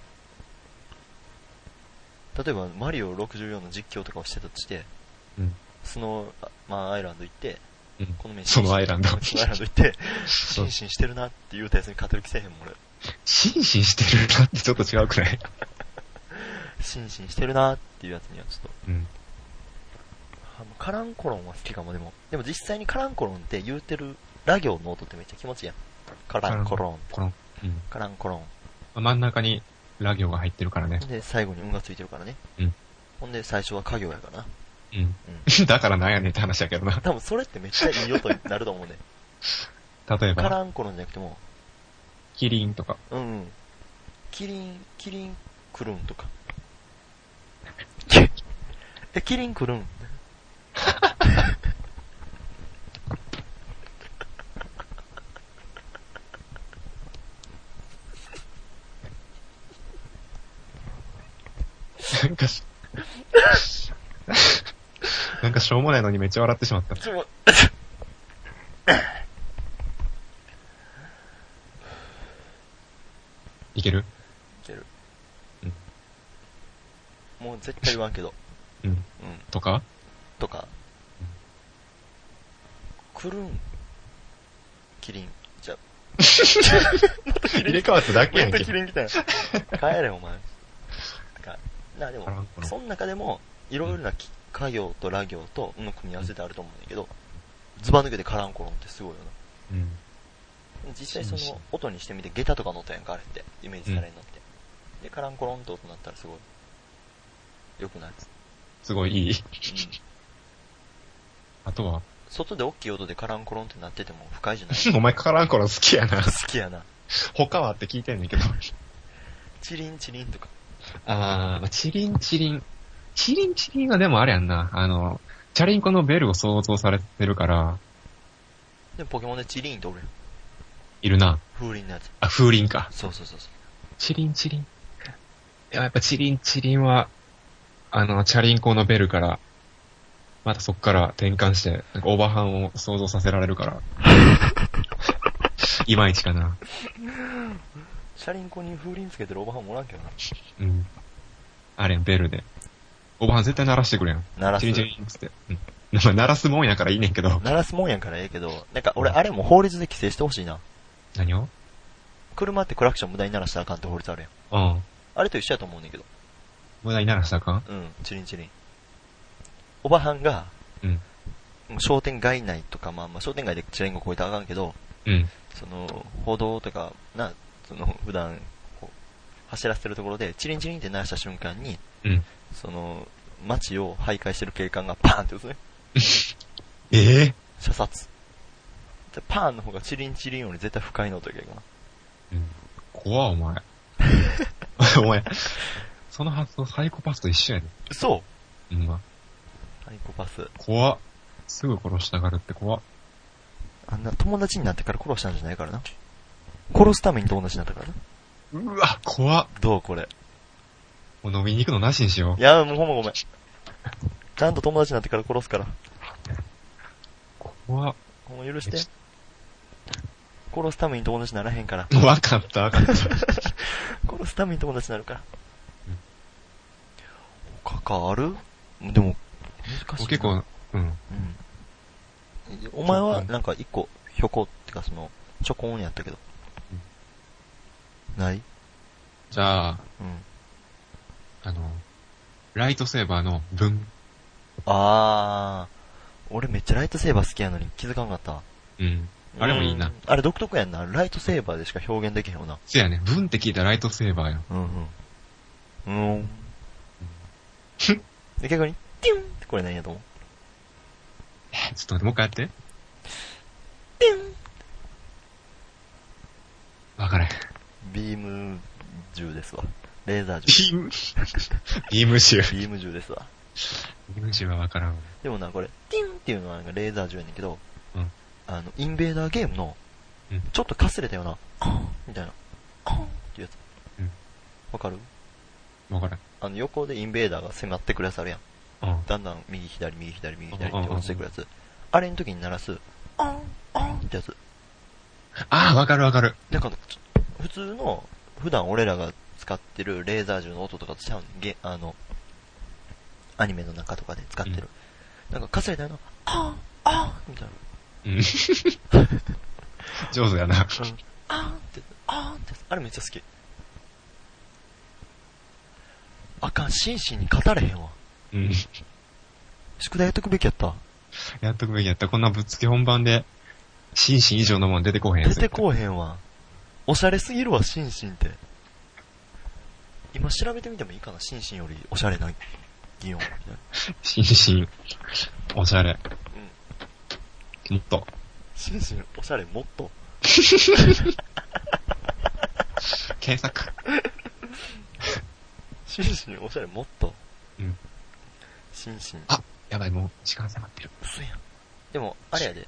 Speaker 2: う。例えば、マリオ64の実況とかをしてたとして、
Speaker 1: うん
Speaker 2: スノー、あまあ、アイランド行って、
Speaker 1: うん
Speaker 2: この面
Speaker 1: そのアイランド
Speaker 2: そのアイランド行って、シ
Speaker 1: そう
Speaker 2: ンシンしてるなって言うたやつに勝てる気せえへんもん、俺。
Speaker 1: 心身してるなってちょっと違うくらい。
Speaker 2: シンシンしてるなっていうやつにはちょっと。
Speaker 1: うん。
Speaker 2: あまあカランコロンは好きかも、でも。でも実際にカランコロンって言うてるラ行の音ってめっちゃ気持ちいいやん。カランコロン。
Speaker 1: この、うん。
Speaker 2: カランコロ
Speaker 1: 真ん中にラ行が入ってるからね
Speaker 2: ン。。で、最後に運がついてるからね。
Speaker 1: うん
Speaker 2: ほんで、最初は家業やからな。
Speaker 1: うん。だからなんやねんって話やけどな。
Speaker 2: 多分それってめっちゃいい音になると思うね。
Speaker 1: 例え
Speaker 2: カ
Speaker 1: ば、
Speaker 2: ランコロンじゃなくても、
Speaker 1: キリンとか。
Speaker 2: うんうん。キリン、キリン、クルンとか。え、キリンクルン。
Speaker 1: なんか、なんかしょうもないのにめっちゃ笑ってしまった。
Speaker 2: ちょ、
Speaker 1: いける
Speaker 2: いける
Speaker 1: うん。
Speaker 2: もう絶対言わんけど。
Speaker 1: うん
Speaker 2: うん。
Speaker 1: とか
Speaker 2: とか。くるん。キリン。じゃ、
Speaker 1: 入れ替わっただけやんけ。
Speaker 2: リン来たよ。帰れ、お前。かな、でも
Speaker 1: カランコ、ロン
Speaker 2: その中でも、いろいろなき家業とラ行と、の組み合わせであると思うんだけど、ズバ抜けてカランコロンってすごいよな。
Speaker 1: うん。
Speaker 2: 実際
Speaker 1: そう
Speaker 2: そ
Speaker 1: そう
Speaker 2: の音にしてみて、下駄とか乗ったやんか、あれって。イメージされに乗って。で、カランコロンと音鳴ったらすごい、良くなる。
Speaker 1: すごいいい。
Speaker 2: うん。
Speaker 1: あとは、
Speaker 2: 外で大きい音でカランコロンって鳴ってても不快 じゃない
Speaker 1: お前カランコロン好きやな。
Speaker 2: 好きやな。
Speaker 1: 他はって聞いてんねんけど。
Speaker 2: チリンチリンとか。
Speaker 1: あー、チリンチリン。チリンチリンはでもあれやんな。あの、チャリンコのベルを想像されてるから、
Speaker 2: でもポケモンでチリンっておるやん。
Speaker 1: いるな。
Speaker 2: 風鈴のやつ。
Speaker 1: あ、風鈴か。
Speaker 2: そうそうそうそう。
Speaker 1: チリンチリン。いや、やっぱチリンチリンは、あの、チャリンコのベルから、またそっから転換して、なんかオーバーハンを想像させられる から。いまいちかな。
Speaker 2: 車輪コに風鈴つけてるおばはんもおらんけどな。
Speaker 1: うん。あれ、ベルで。オーバーハン絶対鳴らしてくれやん。
Speaker 2: 鳴らす
Speaker 1: チリ。ンチリンっつって。うん。まあ鳴らすもんやからいいねんけど。
Speaker 2: 鳴らすもんやからええけど、なんか俺あれも法律で規制してほしいな。
Speaker 1: 何を
Speaker 2: 車ってクラクション無駄に鳴らしたらあかんって法律あるやん。
Speaker 1: うん。
Speaker 2: あれと一緒やと思うねんだけど。
Speaker 1: 無駄に鳴らしたらあかん
Speaker 2: うん、チリンチリン。おばはんが、
Speaker 1: うん。
Speaker 2: もう商店街内とか、まあまあ商店街でチリンコ超えたらあかんけど、
Speaker 1: うん。
Speaker 2: その、歩道とか、な、その、普段、こう走らせてるところで、チリンチリンって鳴らした瞬間に、
Speaker 1: うん。
Speaker 2: その、街を徘徊してる警官がパーンって打つね。
Speaker 1: ええ
Speaker 2: 射殺。でパーンの方がチリンチリンより絶対不快な音やけどな。
Speaker 1: うん怖お前。 お前、その発想サイコパスと一緒やで。
Speaker 2: 嘘
Speaker 1: うんま。
Speaker 2: サイコパス。
Speaker 1: 怖すぐ殺したがるって怖
Speaker 2: あんな友達になってから殺したんじゃないからな。殺すために友達になったからな。
Speaker 1: うわ、怖
Speaker 2: どうこれ。
Speaker 1: もう飲みに行くのなしにしよ。
Speaker 2: いうや、もうほんまごめん。ちゃんと友達になってから殺すから。
Speaker 1: 怖
Speaker 2: ほんま許して。殺すために友達にならへんから。
Speaker 1: わかった、わか った。
Speaker 2: 殺すために友達になるから。他かあるでも、難しいな。
Speaker 1: 結構、うん。
Speaker 2: うん。お前は、なんか一個、ひょこってかその、ちょこんやったけど。ない
Speaker 1: じゃあ、
Speaker 2: うん。
Speaker 1: あの、ライトセーバーの分、
Speaker 2: あー。俺めっちゃライトセーバー好きやのに気づかんかった。
Speaker 1: うん。あれもいいな
Speaker 2: うん。あれ独特やんな。ライトセーバーでしか表現できへんよな。
Speaker 1: せやね、分って聞いたらライトセーバーよ。
Speaker 2: うんうん。うん。で、逆に、ティンってこれ何やと思う
Speaker 1: えちょっと待って、もう一回やって。
Speaker 2: ティン
Speaker 1: わかれへん。
Speaker 2: ビーム銃ですわ。レーザー
Speaker 1: ビー
Speaker 2: 銃。
Speaker 1: ム、ビーム銃。
Speaker 2: ビーム銃ですわ。
Speaker 1: ビーム銃はわからんわ。
Speaker 2: でもな、これ、ティンっていうのはなんかレーザー銃やねんけど、
Speaker 1: うん
Speaker 2: あの、インベーダーゲームの
Speaker 1: うん、
Speaker 2: ちょっとかすれたような、コーンみたいな、コーンっていうやつ。
Speaker 1: うん
Speaker 2: わかる
Speaker 1: わからん。
Speaker 2: あの、横でインベーダーが迫ってくるやつあるやん。
Speaker 1: うん。
Speaker 2: だんだん右左、右左、右左って落ちてくるやつ。あれの時に鳴らす、オン、オンってやつ。
Speaker 1: ああ、わかるわかる。
Speaker 2: なんか、ちょ普通の、普段俺らが使ってるレーザー銃の音とかとちゃうねんげ、あの、アニメの中とかで使ってる。なんか、かすれたような、あん、あんみたいな。
Speaker 1: うん。上手やな。
Speaker 2: あんって、あんって、あれめっちゃ好き。あかん、心身に語れへんわ。
Speaker 1: うん。
Speaker 2: 宿題やっとくべきやった。
Speaker 1: やっとくべきやった。こんなぶっつけ本番で、心身以上のもん出てこへんや
Speaker 2: 出
Speaker 1: つ。
Speaker 2: てこうへんわ。おしゃれすぎるわ、シンシンって。今調べてみてもいいかな、シンシンよりおしゃれな擬音。
Speaker 1: 心身。おしゃれ。もっと。
Speaker 2: シンシン、おしゃれもっと。
Speaker 1: 検索。
Speaker 2: シンシン、おしゃれもっと。
Speaker 1: うん。
Speaker 2: シンシン。
Speaker 1: あやばい、もう時間迫ってる。
Speaker 2: 嘘やん。でも、あれやで。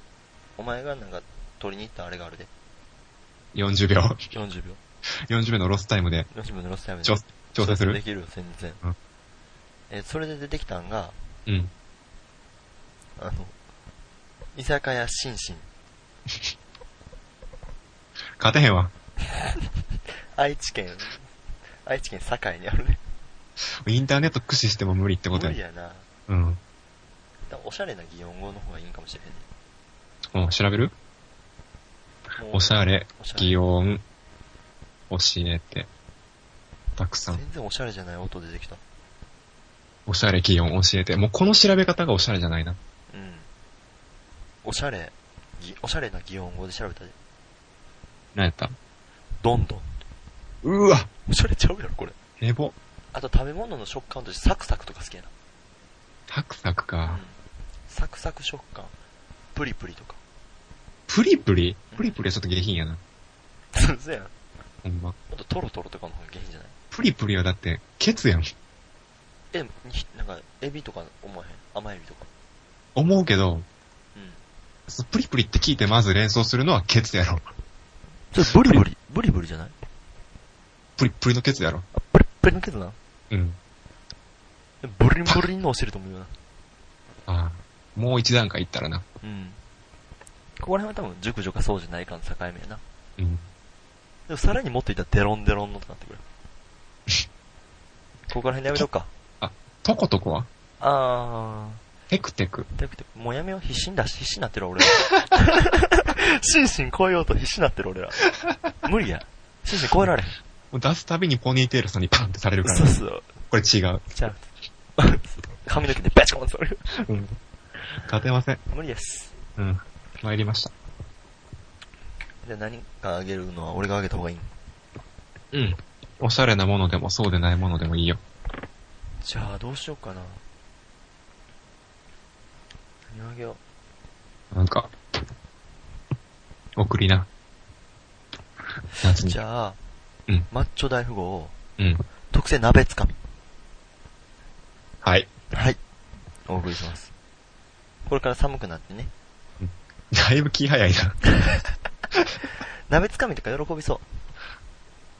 Speaker 2: お前がなんか、取りに行ったあれがあるで。
Speaker 1: 40秒。
Speaker 2: 40秒。
Speaker 1: 40秒のロスタイムで
Speaker 2: 40秒のロスタイムで。
Speaker 1: 調調整す
Speaker 2: で
Speaker 1: る
Speaker 2: きるよ、全然。
Speaker 1: うん
Speaker 2: えー、それで出てきたんが、
Speaker 1: うん。
Speaker 2: あの、居酒屋シンシン。
Speaker 1: 勝てへんわ。
Speaker 2: 愛知県、愛知県堺にあるね。
Speaker 1: インターネット駆使しても無理ってこ
Speaker 2: 無
Speaker 1: と
Speaker 2: 理
Speaker 1: や。
Speaker 2: やな。
Speaker 1: うん。
Speaker 2: だからおしゃれな擬音語の方がいいんかもしれへ
Speaker 1: うん、調べる
Speaker 2: んね。もう
Speaker 1: おしゃれ、
Speaker 2: おしゃれ
Speaker 1: 擬音、教えて。たくさん。
Speaker 2: 全然おしゃれじゃない音出てきた。
Speaker 1: おしゃれ擬音教えて。もうこの調べ方がおしゃれじゃないな。
Speaker 2: うん。おしゃれ、ぎおしゃれな擬音語で調べたで。
Speaker 1: 何やった
Speaker 2: どんどん。
Speaker 1: うわ
Speaker 2: おしゃれちゃうやろ、これ。
Speaker 1: エボ。
Speaker 2: あと食べ物の食感としてサクサクとか好きや
Speaker 1: サクサク
Speaker 2: な。う
Speaker 1: か
Speaker 2: ん。。サクサク食感。プリプリとか。
Speaker 1: プリプリプリプリはちょっと下品やな。
Speaker 2: そうそうやん。も
Speaker 1: ほんま。
Speaker 2: っとトロトロとかの方が下品じゃない
Speaker 1: プリプリはだって、ケツやん。
Speaker 2: え、になんか、エビとか思わへん。甘エビとか。
Speaker 1: 思うけど、
Speaker 2: うん。
Speaker 1: そのプリプリって聞いてまず連想するのはケツやろ。
Speaker 2: それブリブリ、ブリブリじゃない
Speaker 1: プリプリのケツやろ。
Speaker 2: プリップリのけどな。
Speaker 1: うん。
Speaker 2: ブリンブリンのしてると思うよな。
Speaker 1: ああ。もう一段階いったらな。
Speaker 2: うん。ここら辺は多分、熟女かそうじゃないかの境目やな。
Speaker 1: うん。
Speaker 2: でもさらにもっといったらデロンデロンのとなってく る。ここら辺でやめとくか。
Speaker 1: トコトコは
Speaker 2: あ
Speaker 1: テクテク。
Speaker 2: ー。てくてく、もうやめよう。必死にだし、必死になってる俺ら。 心身超えようと必死になってる俺ら。無理や。心身超えられへん。
Speaker 1: もう出すたびにポニーテールさんにパンってされるから
Speaker 2: そう
Speaker 1: ね。
Speaker 2: そう。
Speaker 1: これ違う。
Speaker 2: じゃあ、髪の毛でベチコンそれ。
Speaker 1: うん。勝てません。
Speaker 2: 無理です。
Speaker 1: うん。参りました。
Speaker 2: じゃあ何かあげるのは俺があげた方がいい
Speaker 1: うん。おしゃれなものでもそうでないものでもいいよ。
Speaker 2: じゃあ、どうしようかな。何あげよう。
Speaker 1: なんか、送りな。夏に
Speaker 2: じ。ゃあ、
Speaker 1: うん
Speaker 2: マッチョ大富豪、
Speaker 1: うん。
Speaker 2: 特製鍋つかみ。
Speaker 1: はい。
Speaker 2: はい。お送りします。これから寒くなってね。
Speaker 1: だいぶ気早いな。
Speaker 2: 鍋つかみとか喜びそ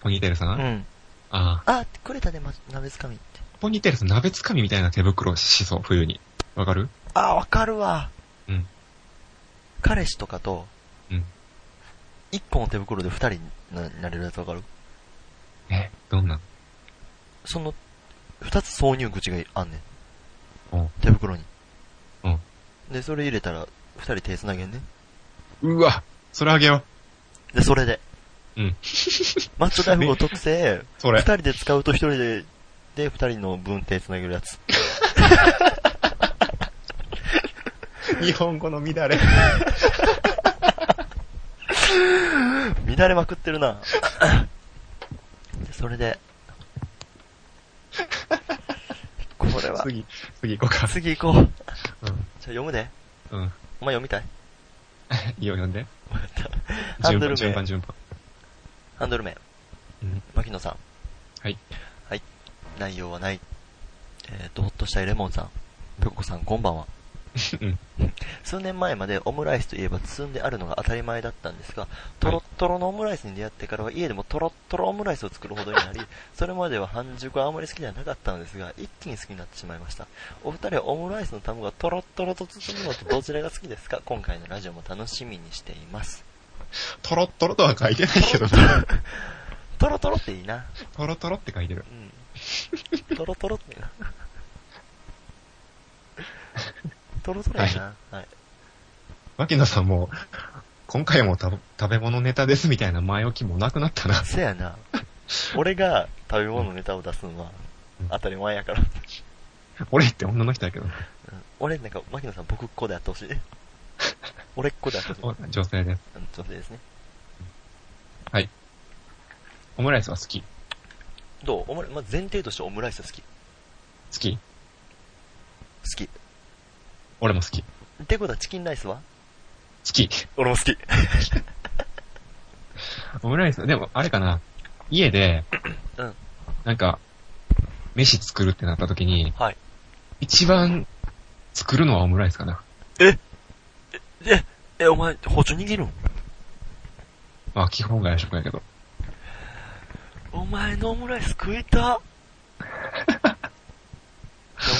Speaker 1: ポニーテールさん、
Speaker 2: う。う
Speaker 1: あ
Speaker 2: ん。
Speaker 1: あ。
Speaker 2: あ、くれたで、ま、鍋つかみって。
Speaker 1: ポニーテールさん鍋つかみみたいな手袋をしそう、冬に。わかる
Speaker 2: あ、わかるわ。
Speaker 1: うん。
Speaker 2: 彼氏とかと、
Speaker 1: うん。
Speaker 2: 一個の手袋で二人にななれるやつわかる
Speaker 1: え、どんな
Speaker 2: その、二つ挿入口があんね
Speaker 1: うん
Speaker 2: ん。手袋に。
Speaker 1: うん。
Speaker 2: で、それ入れたら、二人手繋げんね。
Speaker 1: うわそれあげよ
Speaker 2: で、それで。
Speaker 1: う。うん。
Speaker 2: マッチョ大富豪特製、
Speaker 1: そ
Speaker 2: 二
Speaker 1: れ。
Speaker 2: 人で使うと一人で、で、二人の分手繋げるやつ。
Speaker 1: 日本語の乱れ。
Speaker 2: 乱れまくって るな。でそれで。これは。
Speaker 1: 次、次行こうか。
Speaker 2: 次行こう。
Speaker 1: う
Speaker 2: じゃあ読むで。
Speaker 1: ん。うん。
Speaker 2: お前読みたい
Speaker 1: いいよ、読んで。
Speaker 2: ハン
Speaker 1: 順
Speaker 2: ドル
Speaker 1: 番、順
Speaker 2: 名
Speaker 1: 番、。順番。
Speaker 2: ハンドル名。
Speaker 1: うん。
Speaker 2: 牧野さん。
Speaker 1: はい。
Speaker 2: はい。内容はない。えっ、と、ほっとしたいレモンさん。ぺここさん、こんばんは。
Speaker 1: うん
Speaker 2: 数年前までオムライスといえば包んであるのが当たり前だったんですが、トロットロのオムライスに出会ってからは家でもトロットロオムライスを作るほどになり、それまでは半熟はあまり好きではなかったのですが、一気に好きになってしまいました。お二人はオムライスの卵がトロットロと包むのとどちらが好きですか今回のラジオも楽しみにしています。
Speaker 1: トロットロとは書いてない けどな。
Speaker 2: トロトロっていいな。
Speaker 1: トロトロって書いてる。
Speaker 2: うんトロトロってな。トロトロやな。はい。
Speaker 1: 牧野さんも、今回もた食べ物ネタですみたいな前置きもなくなったな。
Speaker 2: せやな。俺が食べ物のネタを出すのは
Speaker 1: うん
Speaker 2: 当たり前やから。
Speaker 1: 俺って女の人だけど、
Speaker 2: うん俺なんか、牧野さん僕っ子であってほしい。俺っ子であってほしい。
Speaker 1: 女性です。
Speaker 2: うん女性ですね。
Speaker 1: オムライスは好き。好
Speaker 2: どうオムライまあ、前提としてオムライス好き。好
Speaker 1: き
Speaker 2: き。っ
Speaker 1: 俺も好き。好
Speaker 2: てことはチキンライスは
Speaker 1: き。
Speaker 2: 俺も好き。
Speaker 1: オムライス、でもあれかな。家で、
Speaker 2: うん
Speaker 1: なんか、飯作るってなった時に、
Speaker 2: はい。
Speaker 1: 一番作るのはオムライスかな。
Speaker 2: え、え、お前、包丁握るん
Speaker 1: まあ基本外食やけど。
Speaker 2: お前のオムライス食いたお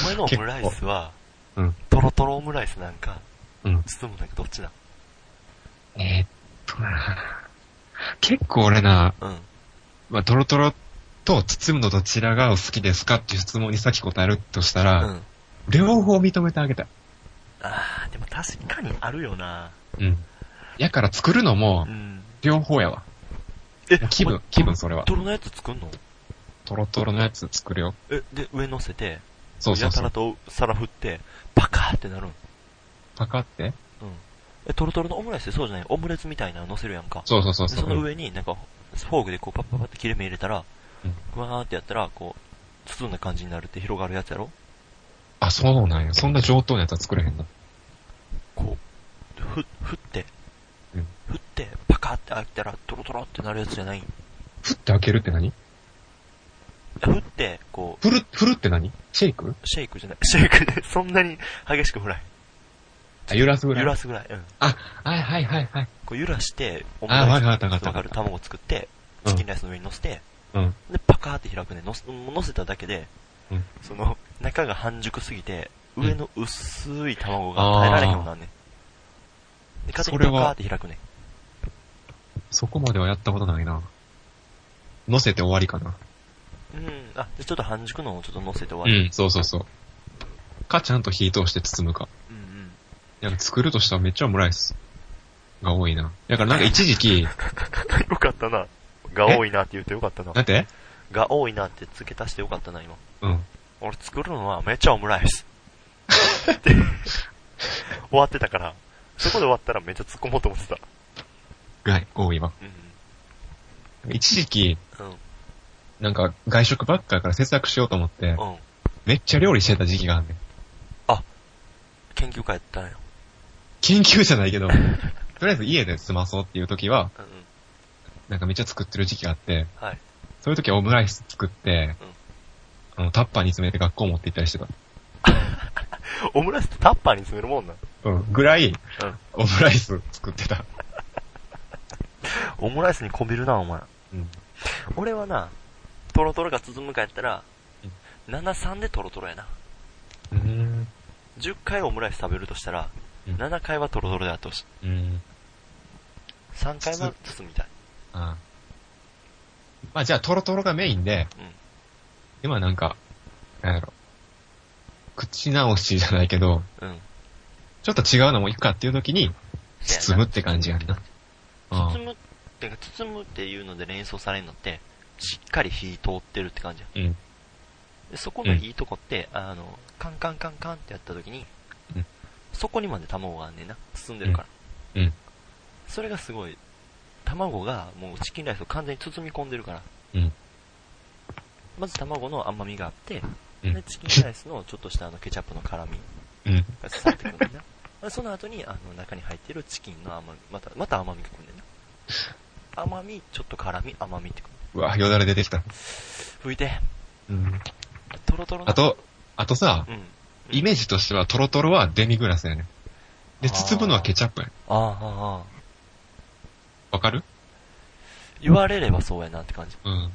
Speaker 2: 前のオムライスは、
Speaker 1: 結構うん
Speaker 2: トロトロオムライスなんか、
Speaker 1: うん
Speaker 2: 包むなんかどっちだ
Speaker 1: えーっとな結構俺な、
Speaker 2: うん。
Speaker 1: まあ、トロトロと包むのどちらがお好きですかっていう質問に先答えるとしたら、
Speaker 2: うん。
Speaker 1: 両方認めてあげたい。
Speaker 2: あー、でも確かにあるよな
Speaker 1: うん。やから作るのも
Speaker 2: う、ん。
Speaker 1: 両方やわ。
Speaker 2: え
Speaker 1: もう気分、気分それは。
Speaker 2: トロのやつ作んの
Speaker 1: トロトロのやつ作るよ。
Speaker 2: え、で、上乗せて、
Speaker 1: そうそう
Speaker 2: や
Speaker 1: そ
Speaker 2: たら
Speaker 1: う。
Speaker 2: と皿振って、パカーってなるん。
Speaker 1: パカって
Speaker 2: うん。え、トロトロのオムライスってそうじゃないオムレツみたいなの乗せるやんか。
Speaker 1: そうそうそう
Speaker 2: で
Speaker 1: そ。
Speaker 2: そうの上になんか、フォークでこうパッパッパって切れ目入れたら
Speaker 1: うん、
Speaker 2: ふわーってやったら、こう、包んだ感じになるって広がるやつやろ
Speaker 1: あ、そうなんや。そんな上等なやつは作れへんな。
Speaker 2: こう、ふ、振って
Speaker 1: うん、
Speaker 2: 振って、パカって開いたら、トロトロってなるやつじゃない
Speaker 1: 振って開けるって何
Speaker 2: 振って、こ
Speaker 1: 振る、振るって何シェイク
Speaker 2: う、シェイクじゃない、 シェイクで、そんなに激しく振らへん。
Speaker 1: あ、揺らすぐらい。
Speaker 2: 揺ら
Speaker 1: す。
Speaker 2: すぐらい。うん。
Speaker 1: あ、はいはいはいはい。
Speaker 2: こう揺らして、オム
Speaker 1: あ、わ
Speaker 2: ライ
Speaker 1: かったわ
Speaker 2: ス
Speaker 1: かったわか
Speaker 2: わか
Speaker 1: っ
Speaker 2: る
Speaker 1: た。
Speaker 2: 卵を作って、
Speaker 1: うん
Speaker 2: チキンライスの上に乗せて、
Speaker 1: うん。
Speaker 2: で、パカーって開くね。乗せ、乗せただけで、
Speaker 1: うん
Speaker 2: その、中が半熟すぎて、
Speaker 1: うん
Speaker 2: 上の薄い卵が耐えられへんようになんね。で、勝手
Speaker 1: そ
Speaker 2: に
Speaker 1: れ
Speaker 2: パカ
Speaker 1: は
Speaker 2: ーって開くね。
Speaker 1: そこまではやったことないな。乗せて終わりかな。
Speaker 2: うん。あ、で、ちょっと半熟のをちょっと乗せて終わ
Speaker 1: う
Speaker 2: り。
Speaker 1: ん、そうそうそう。か、ちゃんと火通して包むか。
Speaker 2: うん。うん
Speaker 1: いや、作るとしたらめっちゃオムライスが多いな。だからなんか一時 期、
Speaker 2: うん。よかったな。が多いなって言ってよかったな
Speaker 1: だ。って
Speaker 2: が多いなって付け足してよかったな、今。
Speaker 1: うん。
Speaker 2: 俺作るのはめっちゃオムライス。 って、終わってたから、そこで終わったらめっちゃ突っ込もうと思ってた。
Speaker 1: が多いわ。
Speaker 2: う
Speaker 1: 一時期、
Speaker 2: ん。うん。
Speaker 1: なんか外食ばっかやから節約しようと思って、
Speaker 2: うん。
Speaker 1: めっちゃ料理してた時期があんねん。
Speaker 2: 研究会やったんや。
Speaker 1: 研究じゃないけど、と りあえず家で済まそうっていう時は、
Speaker 2: うんうん。
Speaker 1: なんかめっちゃ作ってる時期があって、
Speaker 2: はい。
Speaker 1: そういう時はオムライス作って、あの、タッパーに詰めて学校持って行ったりしてた。
Speaker 2: オムライスってタッパーに詰めるもんな。
Speaker 1: うん。ぐらい、
Speaker 2: うん。
Speaker 1: オムライス作ってた。
Speaker 2: オムライスにこびるな、お前。
Speaker 1: うん。
Speaker 2: 俺はな、トロトロが包むかやったら
Speaker 1: うん、
Speaker 2: 7-3でトロトロやな。
Speaker 1: うん。
Speaker 2: 10回オムライス食べるとしたら、
Speaker 1: うん
Speaker 2: 7回はトロトロであってほし
Speaker 1: う
Speaker 2: い。
Speaker 1: ん。
Speaker 2: 3回は包みたい。
Speaker 1: ああまあじゃあ、トロトロがメインで、
Speaker 2: うん
Speaker 1: 今なんか、なんやろ。口直しじゃないけど、
Speaker 2: うん。
Speaker 1: ちょっと違うのもいくかっていう時に、包むって感じやんな。ああ
Speaker 2: 包むってか、包むっていうので連想されるのって、しっかり火通ってるって感じや。
Speaker 1: うん。
Speaker 2: でそこのいいとこって、あの、カンカンカンカンってやった時に、
Speaker 1: うん
Speaker 2: そこにまで卵があんねんな。包んでるから。
Speaker 1: うんうん
Speaker 2: それがすごい、卵がもうチキンライスを完全に包み込んでるから。
Speaker 1: うん
Speaker 2: まず卵の甘みがあって、
Speaker 1: うん
Speaker 2: でチキンライスのちょっとしたあのケチャップの辛み
Speaker 1: うん。
Speaker 2: が伝わってくるんだよ な。でその後に、あの、中に入ってるチキンの甘み、また、また甘みがくるんだよな。甘み、ちょっと辛み、甘みってくる。
Speaker 1: うわ、よだれ出てきた。
Speaker 2: 拭いて、
Speaker 1: うん。
Speaker 2: トロトロな
Speaker 1: あ、と、あとさ
Speaker 2: う、ん。
Speaker 1: イメージとしてはトロトロはデミグラスやねん。で、
Speaker 2: あー
Speaker 1: 包むのはケチャップやねん。
Speaker 2: ああ、ああ、
Speaker 1: わかる
Speaker 2: 言われればそうやなって感じ。
Speaker 1: うん。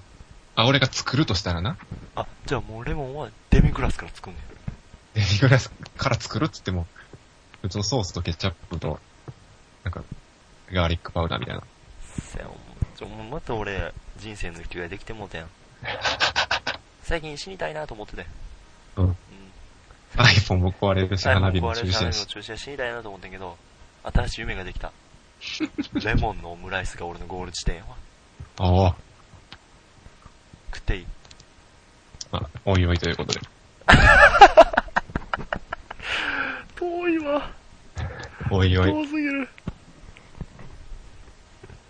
Speaker 1: あ、俺が作るとしたらな、
Speaker 2: あ、じゃあもうレモンはデミグラスから作んね
Speaker 1: デミグラスから作るっつっても、普通のソースとケチャップと、なんか、ガーリックパウダーみたいな。
Speaker 2: ん。せやもうちょ、もうまた俺、人生の生きがいできてもうた やん。最近死にたいなと思ってて。
Speaker 1: うん
Speaker 2: うん。
Speaker 1: iPhone も壊れるし、花火も中
Speaker 2: れ
Speaker 1: 止
Speaker 2: 花
Speaker 1: や
Speaker 2: 火の
Speaker 1: し。
Speaker 2: 中止や死にたいなと思ってんけど、新しい夢ができた。レモンのオムライスが俺のゴール地点やわ。
Speaker 1: おー
Speaker 2: 食っていい
Speaker 1: まあ、おいおいということで。
Speaker 2: 遠いわ。
Speaker 1: おいお い。
Speaker 2: すぎる。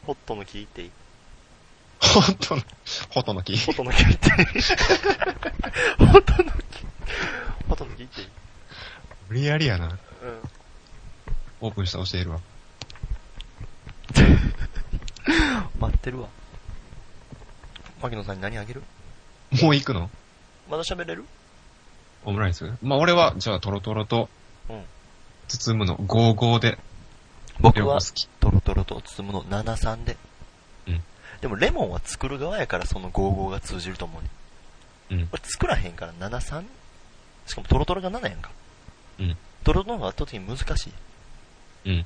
Speaker 2: ホットの木行っていい
Speaker 1: ほとの、 ほとの木。
Speaker 2: ホットの木行って いいホットの木。ホットの木行っていい
Speaker 1: 無理やりやな。
Speaker 2: うん。
Speaker 1: オープンした教えるわ。
Speaker 2: 待ってるわ。牧野さんに何あげる
Speaker 1: もう行くの
Speaker 2: まだ喋れる
Speaker 1: オムライスまあ、俺は、じゃあ、トロトロと
Speaker 2: うん、
Speaker 1: 包むの、ゴーゴーで、
Speaker 2: 僕
Speaker 1: 両方
Speaker 2: は
Speaker 1: 好、き。
Speaker 2: トロトロと包むの73で。
Speaker 1: うん。
Speaker 2: でも、レモンは作る側やから、その55が通じると思うね。
Speaker 1: うん。
Speaker 2: 俺作らへんから73。しかも、トロトロが7やんか。
Speaker 1: うん。
Speaker 2: トロトロの圧倒的に難しい。
Speaker 1: うん。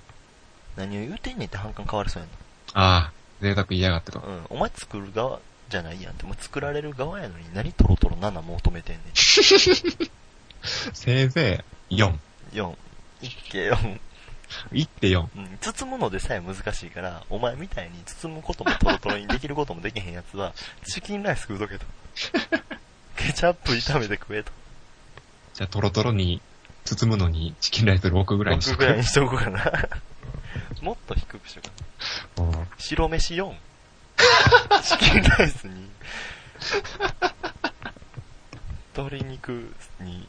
Speaker 2: 何を言うてんねんって反感変わりそうや
Speaker 1: ああ、贅沢言いやがってと。
Speaker 2: な。うん。お前作る側じゃないやんって。もう作られる側やのに、何トロトロ7求めてんねん。
Speaker 1: せいぜい4。
Speaker 2: 4。いっけ4。
Speaker 1: 1.4。
Speaker 2: うん、包むのでさえ難しいから、お前みたいに包むこともトロトロにできることもできへんやつは、チキンライス食うとけ と。ケチャップ炒めて食えと。
Speaker 1: じゃあ、トロトロに、包むのに、チキンライス6ぐらいにし
Speaker 2: 僕
Speaker 1: とく
Speaker 2: ぐらいにしとこうかな。もっと低くしようかな。
Speaker 1: うん
Speaker 2: 白飯4。チキンライスに。鶏肉に。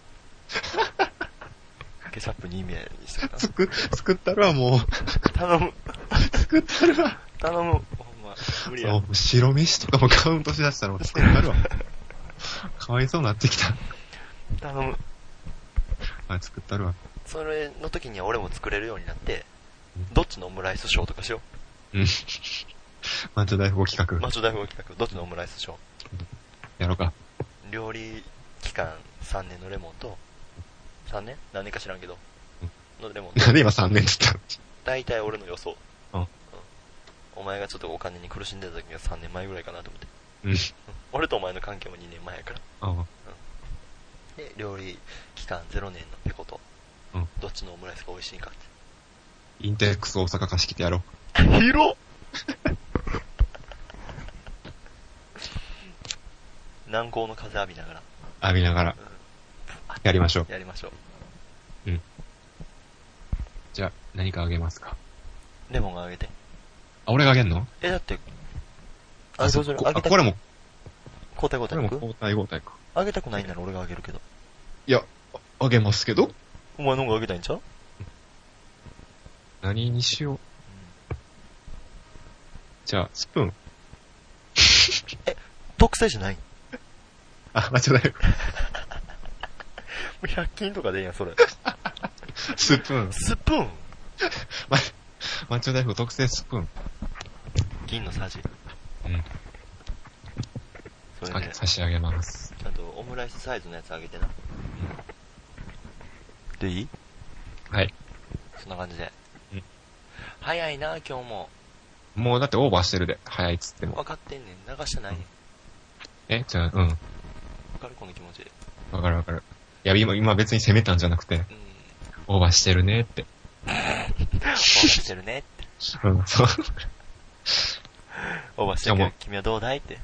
Speaker 2: ケチャップ2名にしようかな。
Speaker 1: 作、作ったるわ、もう。
Speaker 2: 頼む。
Speaker 1: 作ったるわ。
Speaker 2: 頼む。ほんま。無理や。
Speaker 1: そう、白飯とかもカウントしだしたらもう作ったるわ。かわいそうになってきた。
Speaker 2: 頼む。
Speaker 1: あ、作ったるわ。
Speaker 2: それの時には俺も作れるようになって、どっちのオムライスショーとかしよ
Speaker 1: うん。 マンチョ大富豪
Speaker 2: う。
Speaker 1: 企画
Speaker 2: マッ。チョ大富豪企画、どっちのオムライスショー。
Speaker 1: やろうか。
Speaker 2: 料理期間3年のレモンと、3年何年か知らんけど、のレモンと
Speaker 1: なんで今3年つったの
Speaker 2: 大体俺の予想。
Speaker 1: うん
Speaker 2: お前がちょっとお金に苦しんでた時が3年前ぐらいかなと思って。
Speaker 1: うん。
Speaker 2: うん俺とお前の関係も2年前やから。
Speaker 1: あ
Speaker 2: で、料理期間0年のペコと、
Speaker 1: うん
Speaker 2: どっちのオムライスが美味しいんかって。
Speaker 1: インテックス大阪貸し切ってやろう。
Speaker 2: 広っ南高の風浴びながら、
Speaker 1: 浴びながら
Speaker 2: うん、
Speaker 1: やりましょう。
Speaker 2: やりましょう。
Speaker 1: じゃあ、何かあげますか。
Speaker 2: レモンあげて。
Speaker 1: あ、俺があげんの
Speaker 2: え、だって、あ、どうする
Speaker 1: こ
Speaker 2: あ
Speaker 1: あ
Speaker 2: げた
Speaker 1: これも、
Speaker 2: 交代交
Speaker 1: こ
Speaker 2: 代
Speaker 1: れも
Speaker 2: 行く
Speaker 1: 交代交代か。
Speaker 2: あげたくないなら俺があげるけど。
Speaker 1: いや、ああげますけど
Speaker 2: お前の方があげたいんちゃう
Speaker 1: 何にしよう。じゃあ、スプーン。
Speaker 2: 特製じゃない。も
Speaker 1: あ、間違えた。
Speaker 2: う100均とかでいいやん、それ。
Speaker 1: スプーン。
Speaker 2: スプーン
Speaker 1: マッチョ大富豪特製スプーン。
Speaker 2: 銀のさじ。
Speaker 1: うん。
Speaker 2: それ
Speaker 1: あ
Speaker 2: ね
Speaker 1: げ、差し上げます。
Speaker 2: ちゃんとオムライスサイズのやつあげてな。でいい
Speaker 1: はい。
Speaker 2: そんな感じで
Speaker 1: うん。
Speaker 2: 早いな、今日も。
Speaker 1: もうだってオーバーしてるで、早いっつっても。
Speaker 2: 分かってんねん。流してないねん。
Speaker 1: え、じゃあ、うん。
Speaker 2: 分かる、この気持ち。
Speaker 1: わかるわかる。いや、今、今別に攻めたんじゃなくて、
Speaker 2: うん。
Speaker 1: オーバーしてるねって。
Speaker 2: オーバーしてるね。
Speaker 1: うん、そう。
Speaker 2: オーバーしてるけど、君はどうだいって。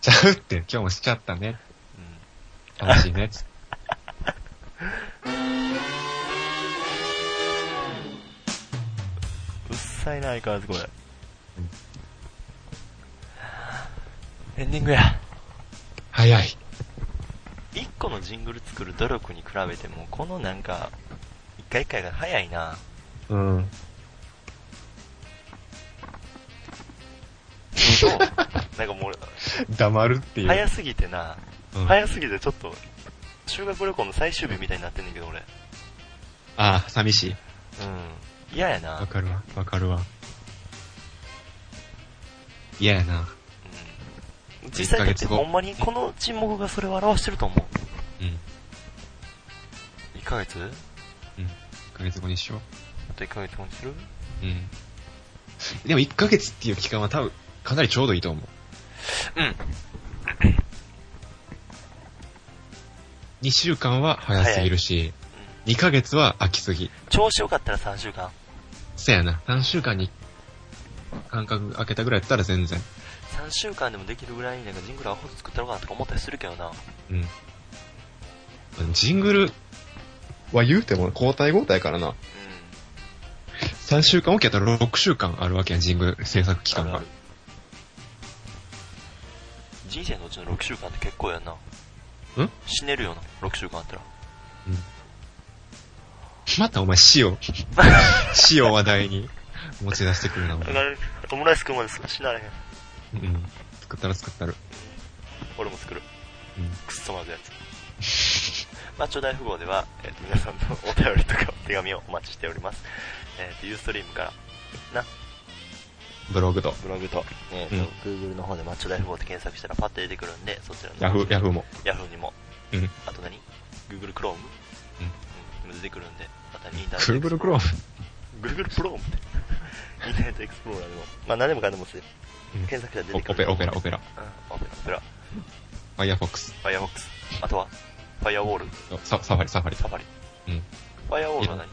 Speaker 1: ちゃうって、今日もしちゃったね。
Speaker 2: うん。
Speaker 1: 楽しいねっつって。
Speaker 2: うっさいな、相変わらずこれ
Speaker 1: うん。
Speaker 2: エンディングや。
Speaker 1: 早い。
Speaker 2: 一個のジングル作る努力に比べても、このなんか、一回一回が早い な。
Speaker 1: うん。
Speaker 2: どうなんかもう、
Speaker 1: 黙るっていう。
Speaker 2: 早すぎてな、
Speaker 1: うん、
Speaker 2: 早すぎてちょっと、修学旅行の最終日みたいになってんねんけど、俺。うん。
Speaker 1: ああ、寂しい。
Speaker 2: 嫌やな。う
Speaker 1: わ
Speaker 2: ん。
Speaker 1: かるわ、わかるわ。嫌やな。
Speaker 2: 実際だって
Speaker 1: 一ヶ月後
Speaker 2: ほんまにこの沈黙がそれを表してると思う。
Speaker 1: うん。
Speaker 2: 1ヶ月
Speaker 1: 1ヶ月後にしよ
Speaker 2: あと1ヶ月もする
Speaker 1: う。うん。でも1ヶ月っていう期間は多分、かなりちょうどいいと思う。
Speaker 2: うん。
Speaker 1: 2週間は早すぎるし、2ヶ月は飽きすぎ。
Speaker 2: 調子良かったら3週間。
Speaker 1: せやな。3週間に間隔空けたぐらいやったら全然。
Speaker 2: 3週間でもできるぐらいになんかジングルアホ作ったのかなとか思ったりするけどな。
Speaker 1: うん。ジングルは言うても交代交代からな。
Speaker 2: う
Speaker 1: 3週間起きやったら6週間あるわけやん、ジングル制作期間
Speaker 2: あ
Speaker 1: が
Speaker 2: る。ん。人生のうちの6週間って結構やんな。
Speaker 1: ん
Speaker 2: 死ねるよな、6週間あったら。
Speaker 1: またお前死 を、死を話題に持ち出してくるな、お前。
Speaker 2: ら、オムライス食うまで死なれへん。
Speaker 1: うん。作ったら作ったる。
Speaker 2: 俺も作る。
Speaker 1: うん。
Speaker 2: くっそまずいや つ。マッチョ大富豪では、えーと皆さんのお便りとか お手紙をお待ちしております。えっ、と、ユーストリームから、
Speaker 1: ブログと、
Speaker 2: ブログと、えっ、
Speaker 1: うん
Speaker 2: と、Google の方でマッチョ大富豪って検索したらパッと出てくるんで、そちらの
Speaker 1: ヤフー、ヤフーも。
Speaker 2: ヤフーにも。
Speaker 1: うん
Speaker 2: あと何 ?Google Chrome? うん。出てくるんで、またインターネット
Speaker 1: Google Chrome。
Speaker 2: Google Chrome って。インターネットエクスプローラーでも。まあ何でもかんでもする。
Speaker 1: うん
Speaker 2: 検索者出
Speaker 1: お
Speaker 2: てくる。
Speaker 1: オペラ、オペラ、オペラ。
Speaker 2: うん。オペラ、オペラ。
Speaker 1: Firefox。
Speaker 2: Firefox。あとは、Firewall、
Speaker 1: ササファリ、サファリ。
Speaker 2: サファリ。
Speaker 1: うん。
Speaker 2: Firewall は何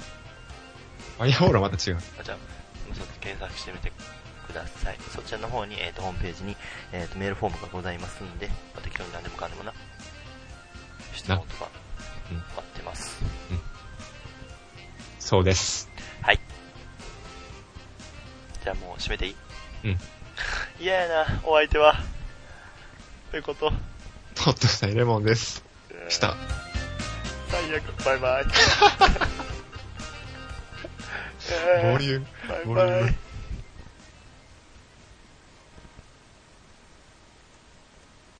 Speaker 1: Firewall はまた違う。
Speaker 2: あ、じゃあ、ちょっと検索してみてください。そちらの方に、えっ、と、ホームページに、えっ、と、メールフォームがございますんで、まあ、適当に何でもかんでもな。質問とか、
Speaker 1: うん
Speaker 2: 待ってます。
Speaker 1: そうです。
Speaker 2: はい。締めていい
Speaker 1: うん。
Speaker 2: 嫌やな、お相手は。ということ。
Speaker 1: ホットしたいレモンです。した。
Speaker 2: 最悪、 バイバイ。
Speaker 1: ボリューム。
Speaker 2: バ
Speaker 1: ボ
Speaker 2: イ
Speaker 1: リ
Speaker 2: バ
Speaker 1: ューム
Speaker 2: イ。